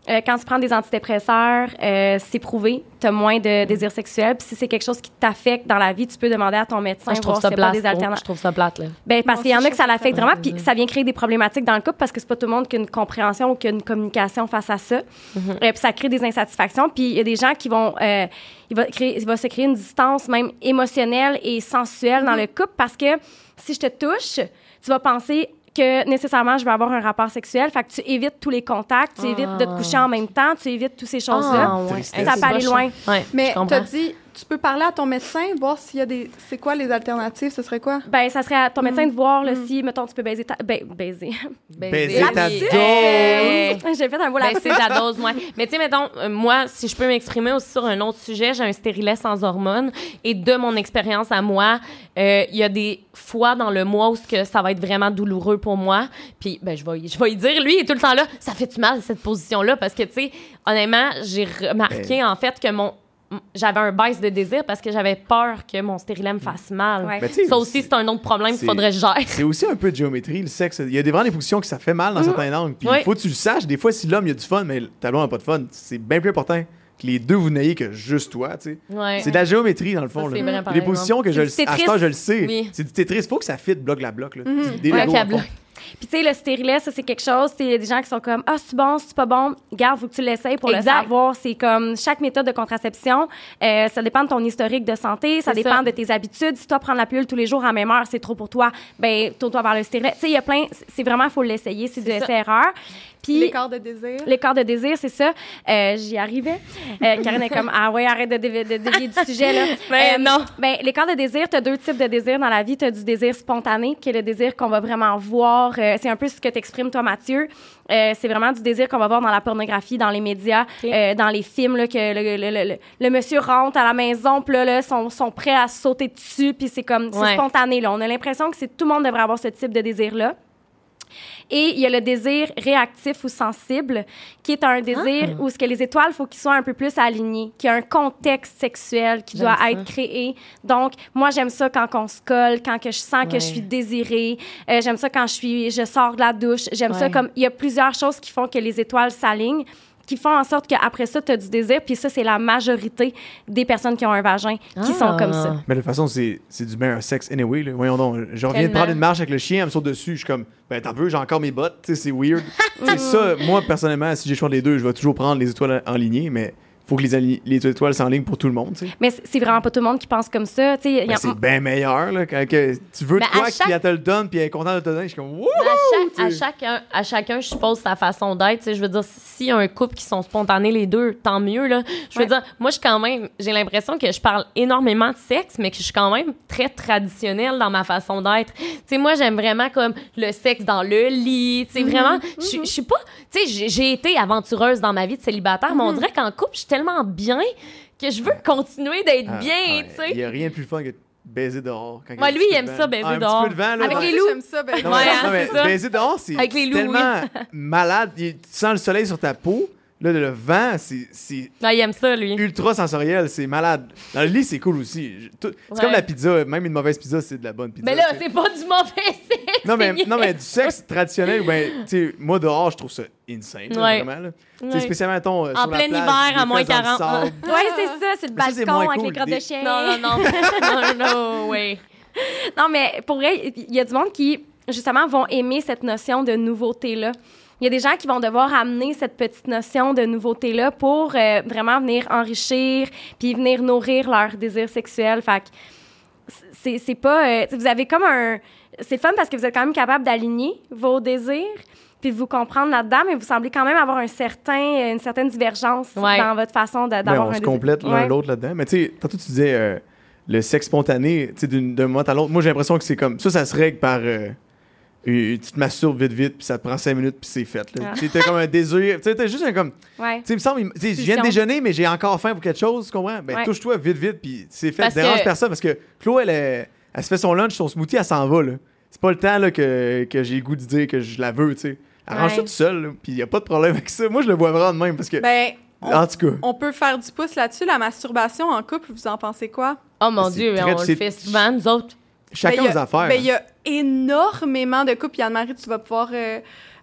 Euh, quand tu prends des antidépresseurs, euh, c'est prouvé, tu as moins de désir sexuel. Puis si c'est quelque chose qui t'affecte dans la vie, tu peux demander à ton médecin Ah, je trouve voir ça s'il y a pas plate. des gros. alternatives. Je trouve ça plate, là. Ben, parce Moi qu'il y en aussi, a que ça je trouve l'affecte ça vraiment, puis ça vient créer des problématiques dans le couple parce que c'est pas tout le monde qui a une compréhension ou qui a une communication face à ça. Mm-hmm. Euh, puis ça crée des insatisfactions, puis il y a des gens qui vont. euh, il, va créer, il va se créer une distance même émotionnelle et sensuelle Mm-hmm. dans le couple parce que si je te touche, tu vas penser que nécessairement je vais avoir un rapport sexuel. Fait que tu évites tous les contacts, tu Ah. évites de te coucher en même temps, tu évites toutes ces choses-là. Ah, ouais. Tristesse. Ça peut aller loin. Ouais, Mais je comprends. t'as dit, tu peux parler à ton médecin, voir s'il y a des. C'est quoi les alternatives? Ce serait quoi? Ben, ça serait à ton médecin de voir Mm-hmm. là, si, mettons, tu peux baiser ta. ben, baiser. Baiser ta oui. dose. Eh, J'ai fait un beau lapsus. Baisser ta dose, moi. Mais tu sais, mettons, euh, moi, si je peux m'exprimer aussi sur un autre sujet, j'ai un stérilet sans hormones. Et de mon expérience à moi, euh, il y a des fois dans le mois où ce que ça va être vraiment douloureux pour moi. Puis, ben, je vais, y- je vais y dire, lui, il est tout le temps là, ça fait du mal, cette position-là. Parce que, tu sais, honnêtement, j'ai remarqué, Ben. en fait, que mon m- j'avais un baisse de désir parce que j'avais peur que mon stérilet me Mm. fasse mal. Ouais. Mais tu sais, Ça aussi, c'est un autre problème Ben, c'est- qu'il faudrait que je gère. C'est aussi un peu de géométrie, le sexe. Il y a des, vraiment des positions que ça fait Mm. mal dans certains angles. Puis il Oui. faut que tu le saches. Des fois, si l'homme il a du fun, mais ta blonde n'a pas de fun, c'est bien plus important que les deux vous n'ayez que juste toi. tu sais. Ouais. C'est de la géométrie, dans le fond. Ça, c'est là. vrai, par les exemple. positions que C'est je du le sais. À ce Tetris. temps, je le sais. Oui. Mm-hmm. C'est du Tetris. faut que ça fit bloc la bloc. Là. C'est des Bloc Legos, à dans le fond. bloc. Puis tu sais, le stérilet, ça c'est quelque chose. Il y a des gens qui sont comme, ah, c'est bon, c'est pas bon. Garde, faut que tu l'essayes pour Exact. le savoir. C'est comme chaque méthode de contraception, euh, ça dépend de ton historique de santé, ça C'est dépend ça. de tes habitudes. Si toi prendre la pilule tous les jours à même heure, c'est trop pour toi, ben tourne-toi vers le stérilet. Tu sais, il y a plein. C'est vraiment, faut l'essayer, c'est du C'est ça. essai-erreur. Puis L'écart de désir. L'écart de désir, c'est ça. Euh, J'y arrivais. Euh, Karine est comme, ah ouais, arrête de, dévi- de dévier du sujet, là. Ben, non. Ben, l'écart de désir, tu as deux types de désirs dans la vie. Tu as du désir spontané, qui est le désir qu'on va vraiment voir. Euh, c'est un peu ce que t'exprimes, toi, Mathieu. Euh, c'est vraiment du désir qu'on va voir dans la pornographie, dans les médias, Ok. euh, dans les films, là, que le, le- le- le- le monsieur rentre à la maison, puis là, là, sont, sont prêts à sauter dessus, puis c'est comme, c'est Ouais. spontané, là. On a l'impression que c'est tout le monde devrait avoir ce type de désir-là. Et il y a le désir réactif ou sensible, qui est un désir Ah. où ce que les étoiles, faut qu'ils soient un peu plus alignés, qu'il y a un contexte sexuel qui J'aime doit ça. être créé. Donc, moi, j'aime ça quand on se colle, quand que je sens que Ouais. je suis désirée. Euh, j'aime ça quand je suis, je sors de la douche. J'aime ça Ouais. comme il y a plusieurs choses qui font que les étoiles s'alignent qui font en sorte qu'après ça, tu as du désir. Puis ça, c'est la majorité des personnes qui ont un vagin qui sont Ah. comme ça. Mais de toute façon, c'est c'est du meilleur sexe anyway. Là. Voyons donc, je reviens de Tellement. prendre une marche avec le chien, elle me saute dessus. Je suis comme, ben t'as peu, j'ai encore mes bottes. Tu sais, C'est weird. Tu sais, ça, moi, personnellement, si j'ai le choix des deux, je vais toujours prendre les étoiles en lignée, mais faut que les, ali- les étoiles s'enlignent pour tout le monde. tu sais. Mais c'est c'est vraiment pas tout le monde qui pense comme ça. Tu sais, il y Ben, a- c'est bien meilleur. Là, quand que tu veux de Mais Ben, à quoi, chaque- puis elle te le donne, puis elle est contente de te le donner. Je suis comme, wouh! À, chaque- à tu sais. chacun, à chacun, je suppose, sa façon d'être. Tu sais, Je veux dire, s'il y a un couple qui sont spontanés les deux, tant mieux. Là. Je veux Ouais. dire, moi, je suis quand même, j'ai l'impression que je parle énormément de sexe, mais que je suis quand même très traditionnelle dans ma façon d'être. Tu sais, moi, j'aime vraiment comme le sexe dans le lit. Tu sais, Mhm, vraiment, je suis- je suis pas. Tu sais, j'ai- j'ai été aventureuse dans ma vie de célibataire, Mhm. mais on dirait qu'en couple, je suis tellement bien que je veux continuer d'être Ah, Ben, bien. ouais, tu sais. Il y a rien de plus fun que de baiser dehors. Quand Ouais, il y a un lui, petit il peu aime de ça, vent. baiser Ah, un petit dehors. peu de vent, là, Avec ouais. les loups. J'aime ça, ben- Non, Ouais, non, hein, mais c'est ça. baiser dehors, c'est Avec les c'est loups, tellement malade. Il- Tu sens le soleil sur ta peau. Là, le vent, c'est- c'est Ah, il aime ça, lui. ultra sensoriel. C'est malade. Dans le lit, c'est cool aussi. Je- tout- C'est Ouais. comme la pizza. Même une mauvaise pizza, c'est de la bonne pizza. Mais là, tu sais. c'est pas du mauvais sexe. non, mais, c'est non, mais du sexe traditionnel, ben, tu sais, moi, dehors, je trouve ça insane. là, Ouais. vraiment, là. Tu sais, Ouais. spécialement, mettons, euh, En sur la plein plage, hiver, à les moins fesses dans le 40. sable. Ouais, c'est ça, c'est le Ah. Mais ça, c'est balcon moins avec cool. les crottes Des- de chien. Non, non, non. non, non, oui. Non, mais pour vrai, il y a du monde qui, justement, vont aimer cette notion de nouveauté-là. Il y a des gens qui vont devoir amener cette petite notion de nouveauté-là pour euh, vraiment venir enrichir puis venir nourrir leur désir sexuel. Fait que c'est c'est pas... euh, vous avez comme un... C'est le fun parce que vous êtes quand même capable d'aligner vos désirs puis vous comprendre là-dedans, mais vous semblez quand même avoir un certain, une certaine divergence Ouais. dans votre façon de- Ben, d'avoir un on se désir. complète l'un Ouais. l'autre là-dedans. Mais tu sais, tantôt tu disais euh, le sexe spontané, tu sais, d'une- d'un moment à l'autre. Moi, j'ai l'impression que c'est comme ça, ça se règle par. euh, une- tu te masturbes vite, vite, puis ça te prend cinq minutes, puis c'est fait. là. Ah. Tu sais, T'as comme un désir. Tu sais, t'as juste un comme. Tu Ouais. sais, il me semble, il- tu sais, je viens de Pulsion. déjeuner, mais j'ai encore faim pour quelque chose, tu comprends? Ben, Ouais. touche-toi vite, vite, puis c'est fait. Parce Dérange que- personne parce que Chloé, elle, elle, elle se fait son lunch, son smoothie, elle s'en va. là. C'est pas le temps là, que, que j'ai le goût de dire que je la veux, tu sais. Arrange ça Ouais. tout seul, là, puis y a pas de problème avec ça. Moi, je le vois vraiment de même parce que. Ben, on, en tout cas. on peut faire du pouce là-dessus. La masturbation en couple, vous en pensez quoi? Oh mon C'est Dieu, très- on le c'est- fait souvent, nous autres. Ben, Chacun il y a- aux affaires. hein. ben, il y a énormément de couples. Puis Anne-Marie, tu vas pouvoir euh,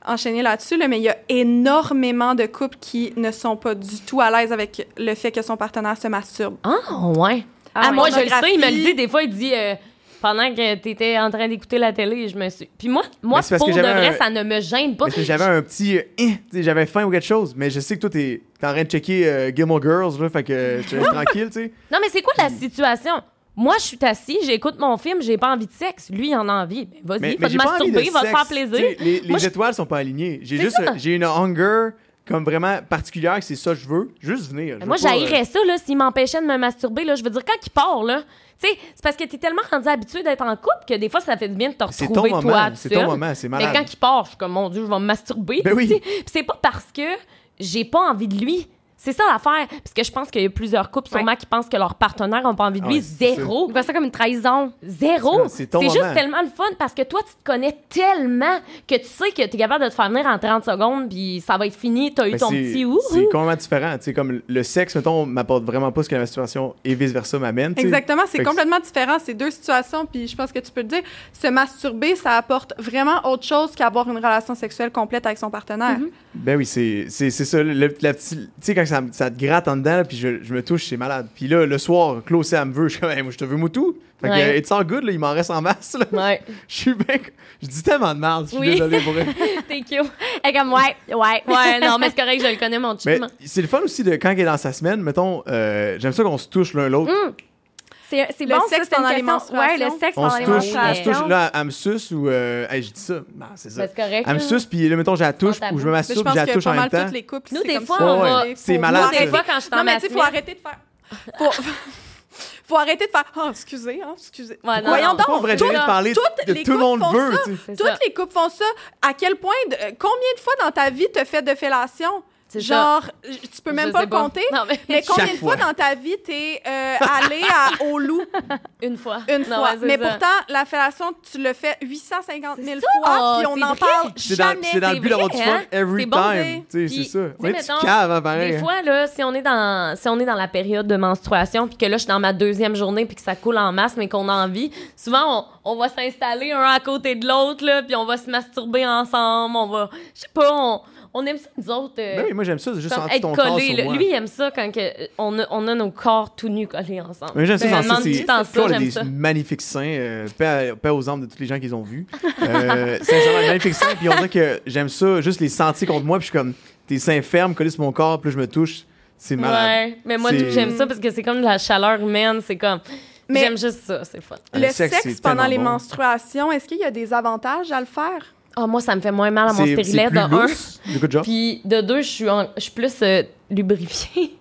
enchaîner là-dessus, là, mais il y a énormément de couples qui ne sont pas du tout à l'aise avec le fait que son partenaire se masturbe. Ah, ouais. Ah, ouais. moi, je le sais, il me le Pornographie. dit. Des fois, il dit euh, pendant que t'étais en train d'écouter la télé, je me suis. Puis moi, moi Mais c'est parce pour que de j'avais vrai, un- ça ne me gêne pas. Parce que j'avais un petit. euh, Hein, tu sais, j'avais faim ou quelque chose, mais je sais que toi, t'es t'es en train de checker euh, Gilmore Girls, là, fait que euh, tu es tranquille, tu sais. Non, mais c'est quoi la situation? Moi, je suis assis, j'écoute mon film, j'ai pas envie de sexe. Lui, il en a envie. Ben, Vas-y, va te j'ai pas envie de masturber, va te sexe. faire Tu plaisir. Ben, sais, Les, les Moi, je- étoiles sont pas alignées. J'ai C'est juste ça. j'ai une hunger comme vraiment particulière, que c'est ça que je veux. Juste venir. Je Moi, veux pas, euh, j'haïrais ça, là, s'il m'empêchait de me masturber, là. Je veux dire, quand il part, là, tu sais, c'est parce que t'es tellement rendu habitué d'être en couple que des fois, ça fait du bien de te euh, C'est retrouver, ton toi, moment. tout C'est seul. ton moment, c'est Mais malade. quand il part, je suis comme, mon Dieu, je vais me masturber. Ben oui. tu sais. Puis c'est pas parce que j'ai pas envie de lui. C'est ça l'affaire. Parce que je pense qu'il y a plusieurs couples, sûrement, qui pensent que leurs partenaires ont pas envie de Ah lui. ouais, c'est Zéro. On voit ça comme une trahison. Zéro. C'est C'est ton moment. juste tellement le fun parce que toi, tu te connais tellement que tu sais que t'es capable de te faire venir en 30 secondes, puis ça va être fini. T'as eu Mais ton Ben, c'est- petit ouh. C'est complètement différent. Tu sais, comme le sexe, mettons, m'apporte vraiment pas ce que la masturbation et vice-versa m'amène. tu sais. Exactement, Fait c'est que- complètement différent. C'est deux situations, puis je pense que tu peux le dire. Se masturber, ça apporte vraiment autre chose qu'avoir une relation sexuelle complète avec son partenaire. Mm-hmm. Ben oui, c'est c'est- c'est ça. le- la petite- tu sais, quand ça, me- ça te gratte en dedans, là, puis je, je me touche, c'est malade. Puis là, le soir, Claude, elle me veut. Je suis comme, Hey, moi, je te veux moutou. Fait que, Ouais. it's all good, là, il m'en reste en masse. là. Ouais. Je suis bien. Je dis tellement de merde, je suis Oui. désolé pour elle. T'es cute. Et comme, ouais, ouais, Ouais, non, mais c'est correct, je le connais, mon Mais chum. c'est le fun aussi de quand il est dans sa semaine, mettons, euh, j'aime ça qu'on se touche l'un l'autre. C'est c'est Le bon, sexe ça, c'est une pendant les question- Ouais, menstruations. le sexe On pendant se les touche, on se menstruations. touche. Là, elle me suce ou. Euh, hey, je dis ça. Non, c'est ça. Ben, c'est correct. Elle me là. suce, puis là, mettons, j'ai la touche tabou. ou je me Mais je masturbe, puis pense j'ai la que touche en pas même mal temps. tous les couples, Nous, c'est des comme fois, ça. on va- Faut- C'est faut malade, arrêter- Des fois, quand je suis Non, dans ma mais tu sais, faut semaine- arrêter de faire... Faut... faut arrêter de faire... Ah, excusez, ah, excusez. Ouais, non, Voyons non. donc, Pourquoi on devrait tout- jamais parler toutes de les tout le couples monde font veut, ça. tu sais. C'est ça. Toutes les couples font ça. À quel point, de- euh, combien de fois dans ta vie te fait de fellation? C'est Genre, j- tu peux même Je pas sais le compter. Non, mais, Mais combien Chaque de fois fois. dans ta vie t'es euh, allé à au loup une fois. une Non, fois? ouais, c'est Mais ça. pourtant, la fellation, tu le fais 850 000 C'est ça. fois, puis Oh, on c'est en vrai. parle C'est dans, jamais. c'est dans le c'est but d'avoir du vrai, fun hein? every C'est bon, time. Tu sais, Puis, c'est ça. tu On est sais, petit mettons, cave, hein, pareil. Des fois, là, si on, est dans, si on est dans la période de menstruation, puis que là, je suis dans ma deuxième journée, puis que ça coule en masse, mais qu'on a envie, souvent, on, on va s'installer un à côté de l'autre, là, puis on va se masturber ensemble, on va... Je sais pas, on, on aime ça, nous autres... euh, Ben oui, moi, j'aime ça, juste comme sentir ton être corps collé. sur moi. Lui, il aime ça quand que, euh, on, a, on a nos corps tout nus collés ensemble. Mais j'aime ça, Ben, j'en elle sais, demande tout c'est le temps Claude ça, a j'aime des ça. magnifiques seins, euh, paix, à- paix aux âmes de tous les gens qu'ils ont vus. Euh, sincèrement, magnifiques seins, puis on dirait que j'aime ça, juste les sentir contre moi, puis je suis comme, tes seins fermes, collés sur mon corps, puis là, je me touche, c'est malade. Ouais, mais moi, C'est- j'aime ça parce que c'est comme de la chaleur humaine, c'est comme... Mais- J'aime juste ça, c'est fun. Le Ah, sexe, sexe, c'est pendant tellement les bon. menstruations, est-ce qu'il y a des avantages à le faire? Ah, moi, ça me fait moins mal à mon C'est c'est stérilet, de plus un. lousse, du coup de genre. Puis de deux, je suis, en- je suis plus euh, lubrifiée.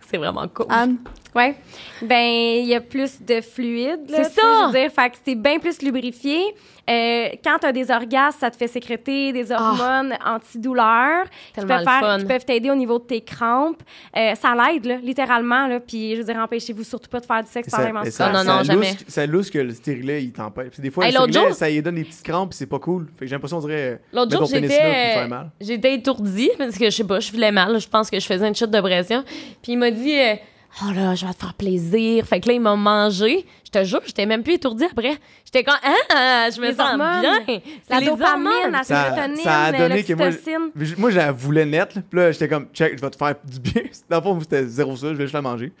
c'est vraiment cool. Ah. Anne? Ouais. Ben, il y a plus de fluide. là, C'est tu sais, ça! Je veux dire, fait que c'est bien plus lubrifié. Euh, quand tu as des orgasmes, ça te fait sécréter des hormones antidouleurs qui Ah. Tellement peuvent, le fun. qui peuvent t'aider au niveau de tes crampes. Euh, ça l'aide, là, littéralement. Là, puis, je veux dire, empêchez-vous surtout pas de faire du sexe pendant les et menstruations. ça, Non, non, ça non, lousse- jamais. Ça lousse que le stérilet, il t'empêche. Puis des fois, Hey, le l'autre stérilet, jour- ça lui donne des petites crampes, puis c'est pas cool. Fait que j'ai l'impression, on dirait, L'autre mets jour, ton pénis là, puis il j'étais fait mal. euh, j'étais étourdie parce que je sais pas, je voulais mal. Je pense que je faisais une chute de pression. Puis il m'a dit euh, Oh là, je vais te faire plaisir. Fait que là, il m'a mangé. Je te jure, j'étais même plus étourdie après. J'étais comme Ah, je me Les sens hormones. bien. C'est La les dopamine, hormones. la Ça, sérotonine, ça a donné que moi, l'oxytocine. je- moi, je la voulais net. Là, Puis là, j'étais comme, check, je vais te faire du bien. Dans le fond, c'était zéro ça, je vais juste la manger.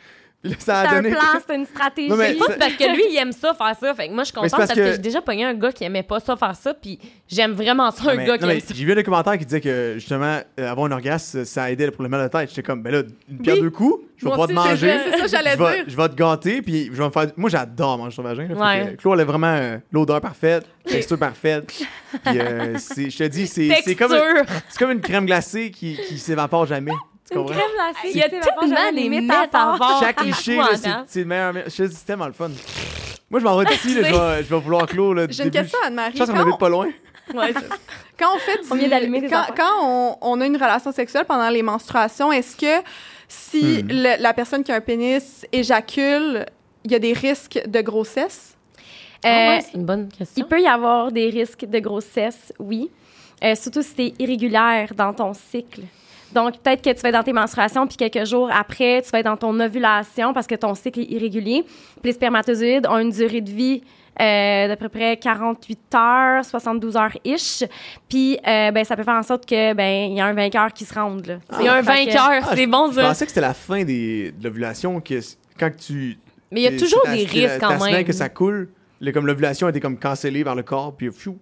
Puis là, ça C'est a un donné. plan, c'est une stratégie. Non, mais- C'est fou parce que lui, il aime ça faire ça. Fait que moi, je suis Mais c'est parce contente parce, que, que- j'ai déjà pogné un gars qui aimait pas ça faire ça. Puis j'aime vraiment ça, un Mais- gars non, qui mais aime ça. J'ai vu un documentaire qui disait que justement, euh, avoir un orgasme, ça aidait pour le mal de tête. J'étais comme, ben là, une pierre Oui. deux coups, je vais Moi pouvoir te aussi, c'est manger. vrai, c'est ça que j'allais je vais, dire. Je vais te gâter, puis je vais me faire. Moi, j'adore manger sur le vagin. là. Fait Ouais. que, euh, Claude, elle a vraiment euh, l'odeur parfaite, texture parfaite. Puis euh, c'est- je te dis, c'est c'est comme, Texture. c'est comme une crème glacée qui, qui s'évapore jamais. Tu comprends? Il y a tellement des métaphores. Chaque partout cliché, en là, temps. c'est- c'est le meilleur. meilleur- Je te dis, c'est tellement le fun. Moi, je m'en vais d'ici, là, je vais- je vais vouloir clore. là, du J'ai une Euh, début. question, Anne-Marie. Je pense qu'on Quand habite pas loin. Ouais, c'est- quand on fait du- On vient d'allumer des quand, affaires. quand on, on a une relation sexuelle pendant les menstruations, est-ce que si le- la personne qui a un pénis éjacule, il y a des risques de grossesse? Ah Euh, ouais, c'est une bonne question. Il peut y avoir des risques de grossesse, oui. Euh, surtout si tu es irrégulière dans ton cycle. Donc, peut-être que tu vas être dans tes menstruations, puis quelques jours après, tu vas être dans ton ovulation parce que ton cycle est irrégulier. Puis les spermatozoïdes ont une durée de vie euh, d'à peu près 48 heures, 72 heures-ish. Puis, euh, ben, ça peut faire en sorte que ben il y a un vainqueur qui se rende. là. Il y a un Fait que- vainqueur, Ah, c'est bon Je ça. pensais que c'était la fin des, de l'ovulation, que c- quand tu. Mais il y a t'es- toujours t'as- des t'as- risques t'as quand semaine même. que ça coule, le, comme l'ovulation a été comme cancellée par le corps, puis fiou.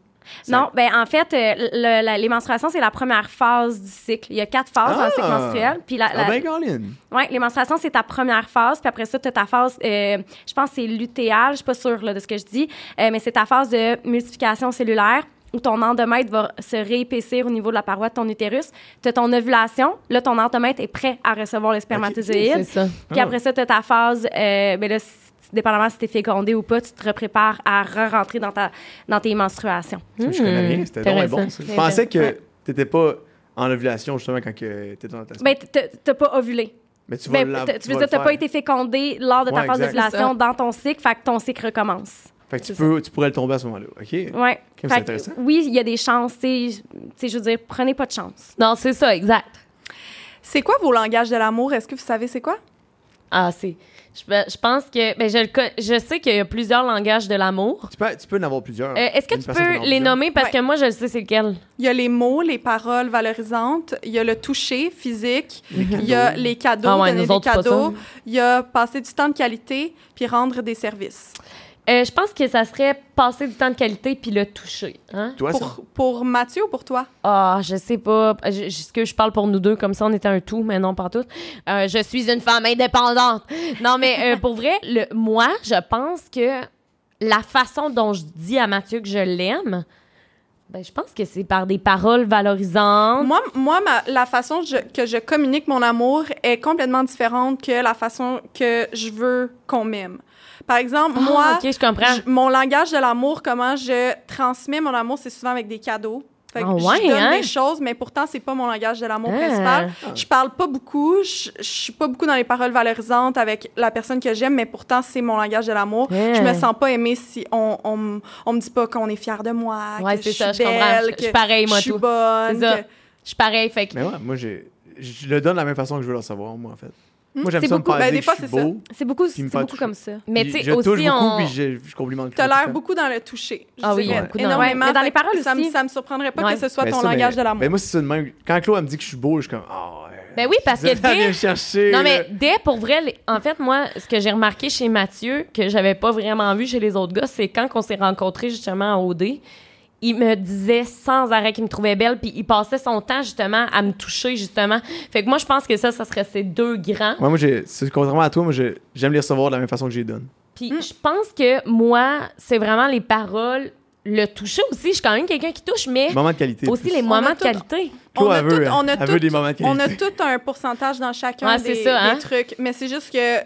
ça- Non, ben en fait, euh, le- la- les menstruations, c'est la première phase du cycle. Il y a quatre phases dans le cycle Ah! menstruel. Puis la, Ah la- ben, Colin! ouais, les menstruations, c'est ta première phase. Puis après ça, tu as ta phase, euh, je pense que c'est lutéale, je suis pas sûre là, de ce que je dis, euh, mais c'est ta phase de multiplication cellulaire où ton endomètre va se réépaissir au niveau de la paroi de ton utérus. Tu as ton ovulation. Là, ton endomètre est prêt à recevoir les C'est spermatozoïdes. ça. Puis après ça, tu as ta phase, euh, ben là, c- dépendamment si tu es fécondé ou pas, tu te prépares à re-rentrer dans, ta, dans tes menstruations. Je connais rien, c'était donc bien bon. Hmm. intéressant. ça. Je pensais que t'étais pas en ovulation, justement, quand que t'étais dans ta semaine. Ben, t- t- t'as pas ovulé. Mais tu vas Ben, la- t- tu veux vas dire, le t'as faire. pas été fécondé lors de ta Ouais, phase exact. d'ovulation C'est ça. dans ton cycle, fait que ton cycle recommence. Fait que tu, C'est peux, tu pourrais le tomber à ce moment-là, OK? Ouais. Fait c'est que, intéressant. oui, il y a des chances. tu sais, tu sais, je veux dire, prenez pas de chance. Non, c'est ça, exact. C'est quoi vos langages de l'amour? Est-ce que vous savez c'est quoi? Ah, c'est. Je, ben, je pense que. Ben, je, le co- je sais qu'il y a plusieurs langages de l'amour. Tu peux, tu peux en avoir plusieurs. Euh, Est-ce que Une tu personne peut en peux avoir les plusieurs. nommer parce Ouais. que moi, je le sais c'est lequel. Il y a les mots, les paroles valorisantes, il y a le toucher physique, il y a les cadeaux, Ah ouais, donner nous des autres, c'est pas cadeaux, ça. il y a passer du temps de qualité, puis rendre des services. Euh, je pense que ça serait passer du temps de qualité puis le toucher. Hein? Toi, ça. Pour, pour Mathieu ou pour toi? Ah, je sais pas. Je- je- Est-ce que je parle pour nous deux comme ça, on était un tout, mais non, pas tout. Euh, je suis une femme indépendante. Non, mais euh, pour vrai, le, moi, je pense que la façon dont je dis à Mathieu que je l'aime, ben, je pense que c'est par des paroles valorisantes. Moi, moi ma- la façon je- que je communique mon amour est complètement différente que la façon que je veux qu'on m'aime. Par exemple, Ah, moi, ok, je comprends. je- mon langage de l'amour, comment je transmets mon amour, c'est souvent avec des cadeaux. Fait que Ah ouais, je donne hein? des choses, mais pourtant, c'est pas mon langage de l'amour Ah. principal. Je parle pas beaucoup, je, je suis pas beaucoup dans les paroles valorisantes avec la personne que j'aime, mais pourtant, c'est mon langage de l'amour. Ah. Je me sens pas aimée si on, on, m- on me dit pas qu'on est fier de moi, Ouais, ah, que c'est je suis ça, je comprends. belle, Je- je que suis pareil, moi, je suis tout. bonne. C'est ça. que- Je suis pareil, fait que. Mais ouais, moi, j'ai- je le donne de la même façon que je veux le recevoir, moi, en fait. Hmm? Moi, j'aime c'est ça me beaucoup. faire Ben, dire des que fois, je suis c'est ça. beau. C'est beaucoup, Puis il me c'est fait beaucoup toucher. comme ça. Mais puis tu sais, Je touche aussi, beaucoup, on. puis je, je complimente. T'as tout le l'air temps. beaucoup dans le toucher. je Ah oui, dirais, beaucoup dans- énormément. ouais, mais dans les paroles Fait que ça me- aussi. Ça me surprendrait pas Ouais. que ce soit Mais ton Ben, ça, mais- langage de l'amour. Mais moi, c'est ça de même. Quand Claude elle me dit que je suis beau, je suis comme. ah ouais. Ben oui, parce que viens dès. me chercher. Non, là. mais dès, pour vrai, les- en fait, moi, ce que j'ai remarqué chez Mathieu, que j'avais pas vraiment vu chez les autres gars, c'est quand on s'est rencontrés justement en OD, il me disait sans arrêt qu'il me trouvait belle, puis il passait son temps justement à me toucher, justement. Fait que moi, je pense que ça, ça serait ces deux grands. Ouais, moi, j'ai- c'est- contrairement à toi, moi, j'ai- j'aime les recevoir de la même façon que je les donne. Puis je pense que moi, c'est vraiment les paroles, le toucher aussi. Je suis quand même quelqu'un qui touche, mais Moments de qualité. Eh, aussi plus. les moments de tout- qualité. Claude, on a elle veut, hein. tout- on a elle tout- veut des moments de On qualité. a tout un pourcentage dans chacun Ouais, des, c'est ça, hein? des trucs. Mais c'est juste que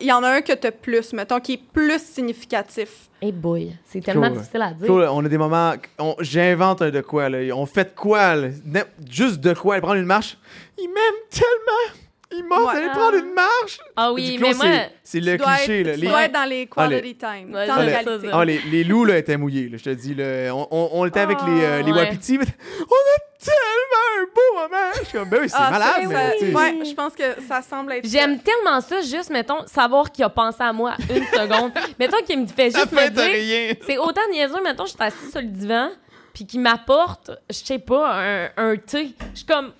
il y en a un que t'as plus, mettons, qui est plus significatif. Et boy, c'est tellement Cool. difficile à dire. Claude, on a des moments. on- J'invente un de quoi, là. On fait de quoi, là. Ne- Juste de quoi. Elle prend une marche. Il m'aime tellement. Il m'offre Ouais. d'aller prendre une marche. Ah Du oui, mais Claude, moi. c'est- C'est le tu dois cliché, être, là. tu Les- dois être dans les quality time. Ouais, temps ça, de ça, qualité. ça. Ah, les, les loups, là, étaient mouillés, là, je te dis. Là, on, on- on était avec Ah, les, euh, les ouais. wapitis, mais on a tellement un beau moment. Je suis comme, ben oui, c'est Ah, malade, ça, mais ça- tu sais, ouais, je pense que ça semble être. J'aime tellement ça, juste, mettons, savoir qu'il a pensé à moi une seconde. mettons qu'il me fait ça juste fait me de dire. rien. C'est autant niaiseux, mettons, je suis assise sur le divan, puis qu'il m'apporte, je sais pas, un, un thé. Je suis comme,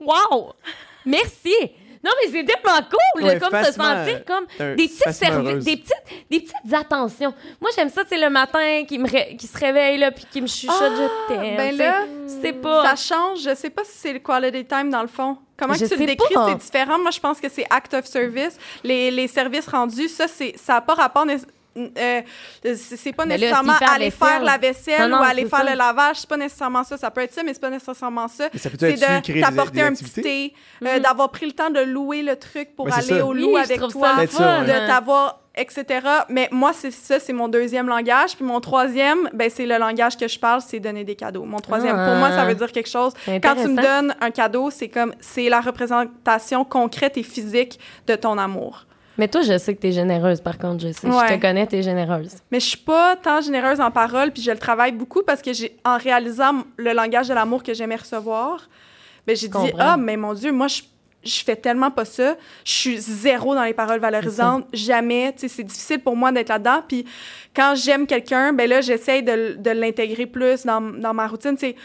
wow! Merci! Non, mais c'est tellement cool, Ouais, comme se facilement, sentir comme euh, des petites, facilement servi- heureuse. des, petites, des petites attentions. Moi, j'aime ça, c'est le matin qui, me ré- qui se réveille, là, puis qui me chuchote, je t'aime. ben tu sais. là, c'est Ça pas. change. Je sais pas si c'est le quality time dans le fond. Comment Je que tu le sais décris, pas. c'est différent. Moi, je pense que c'est act of service. Les, les services rendus, ça, c'est, ça n'a pas rapport. né- euh, c'est c'est pas Mais là, nécessairement s'il fait la aller vaisselle. faire la vaisselle Non, ou non, aller c'est faire ça. le lavage, c'est pas nécessairement ça. Ça peut être ça, mais c'est pas nécessairement ça. Mais ça peut C'est être tu de créer des, t'apporter des un petit activités. thé, euh, d'avoir pris le temps de louer le truc pour Ben, c'est aller ça. au Mm. Oui, loup je avec trouve ça toi le fun. de t'avoir, etc. Mais moi, c'est ça, c'est mon deuxième langage. Puis mon troisième, ben, c'est le langage que je parle, c'est donner des cadeaux. Mon troisième, Ah. pour moi, ça veut dire quelque chose. C'est Quand tu me intéressant. donnes un cadeau, c'est comme, c'est la représentation concrète et physique de ton amour. Mais toi, je sais que t'es généreuse, par contre, je sais. Je Ouais. te connais, t'es généreuse. Mais je suis pas tant généreuse en parole, puis je le travaille beaucoup parce que j'ai, en réalisant le langage de l'amour que j'aimais recevoir, Ben, j'ai dit, comprends. ah, mais mon Dieu, moi, je, je fais tellement pas ça. Je suis zéro dans les paroles valorisantes. Jamais. Tu sais, c'est difficile pour moi d'être là-dedans. Puis quand j'aime quelqu'un, ben là, j'essaye de, l- de l'intégrer plus dans, dans ma routine. Tu sais,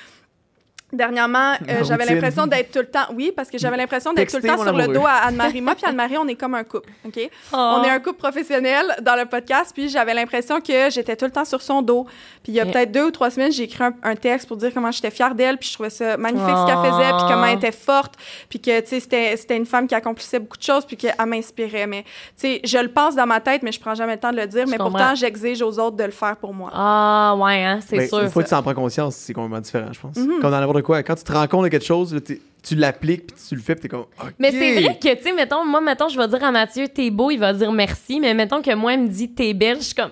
dernièrement, euh, Ma j'avais routine. l'impression d'être tout le temps. Oui, parce que j'avais l'impression d'être tout le Textez temps mon sur le amoureux. dos à Anne-Marie. Moi, puis Anne-Marie, on est comme un couple. OK? On est Ah. un couple professionnel dans le podcast, puis j'avais l'impression que j'étais tout le temps sur son dos. Puis il y a Mais- peut-être deux ou trois semaines, j'ai écrit un, un texte pour dire comment j'étais fière d'elle, puis je trouvais ça magnifique ce qu'elle Oh. faisait, puis comment elle était forte, puis que, tu sais, c'était c'était une femme qui accomplissait beaucoup de choses, puis qu'elle m'inspirait. Mais, tu sais, je le pense dans ma tête, mais je prends jamais le temps de le dire, Je mais comprends. pourtant, j'exige aux autres de le faire pour moi. Ah, ouais, hein, c'est Mais sûr. Mm-hmm. Une fois que ça. tu en prends conscience, c'est complètement différent, je pense. Comme dans n'importe quoi. Quand tu te rends compte de quelque chose, là, t'es- tu l'appliques, puis tu le fais, puis t'es comme. OK. Mais c'est vrai que, tu sais, mettons, moi, mettons, je vais dire à Mathieu, t'es beau, il va dire merci, mais mettons que moi, il me dit, t'es belle, je suis comme,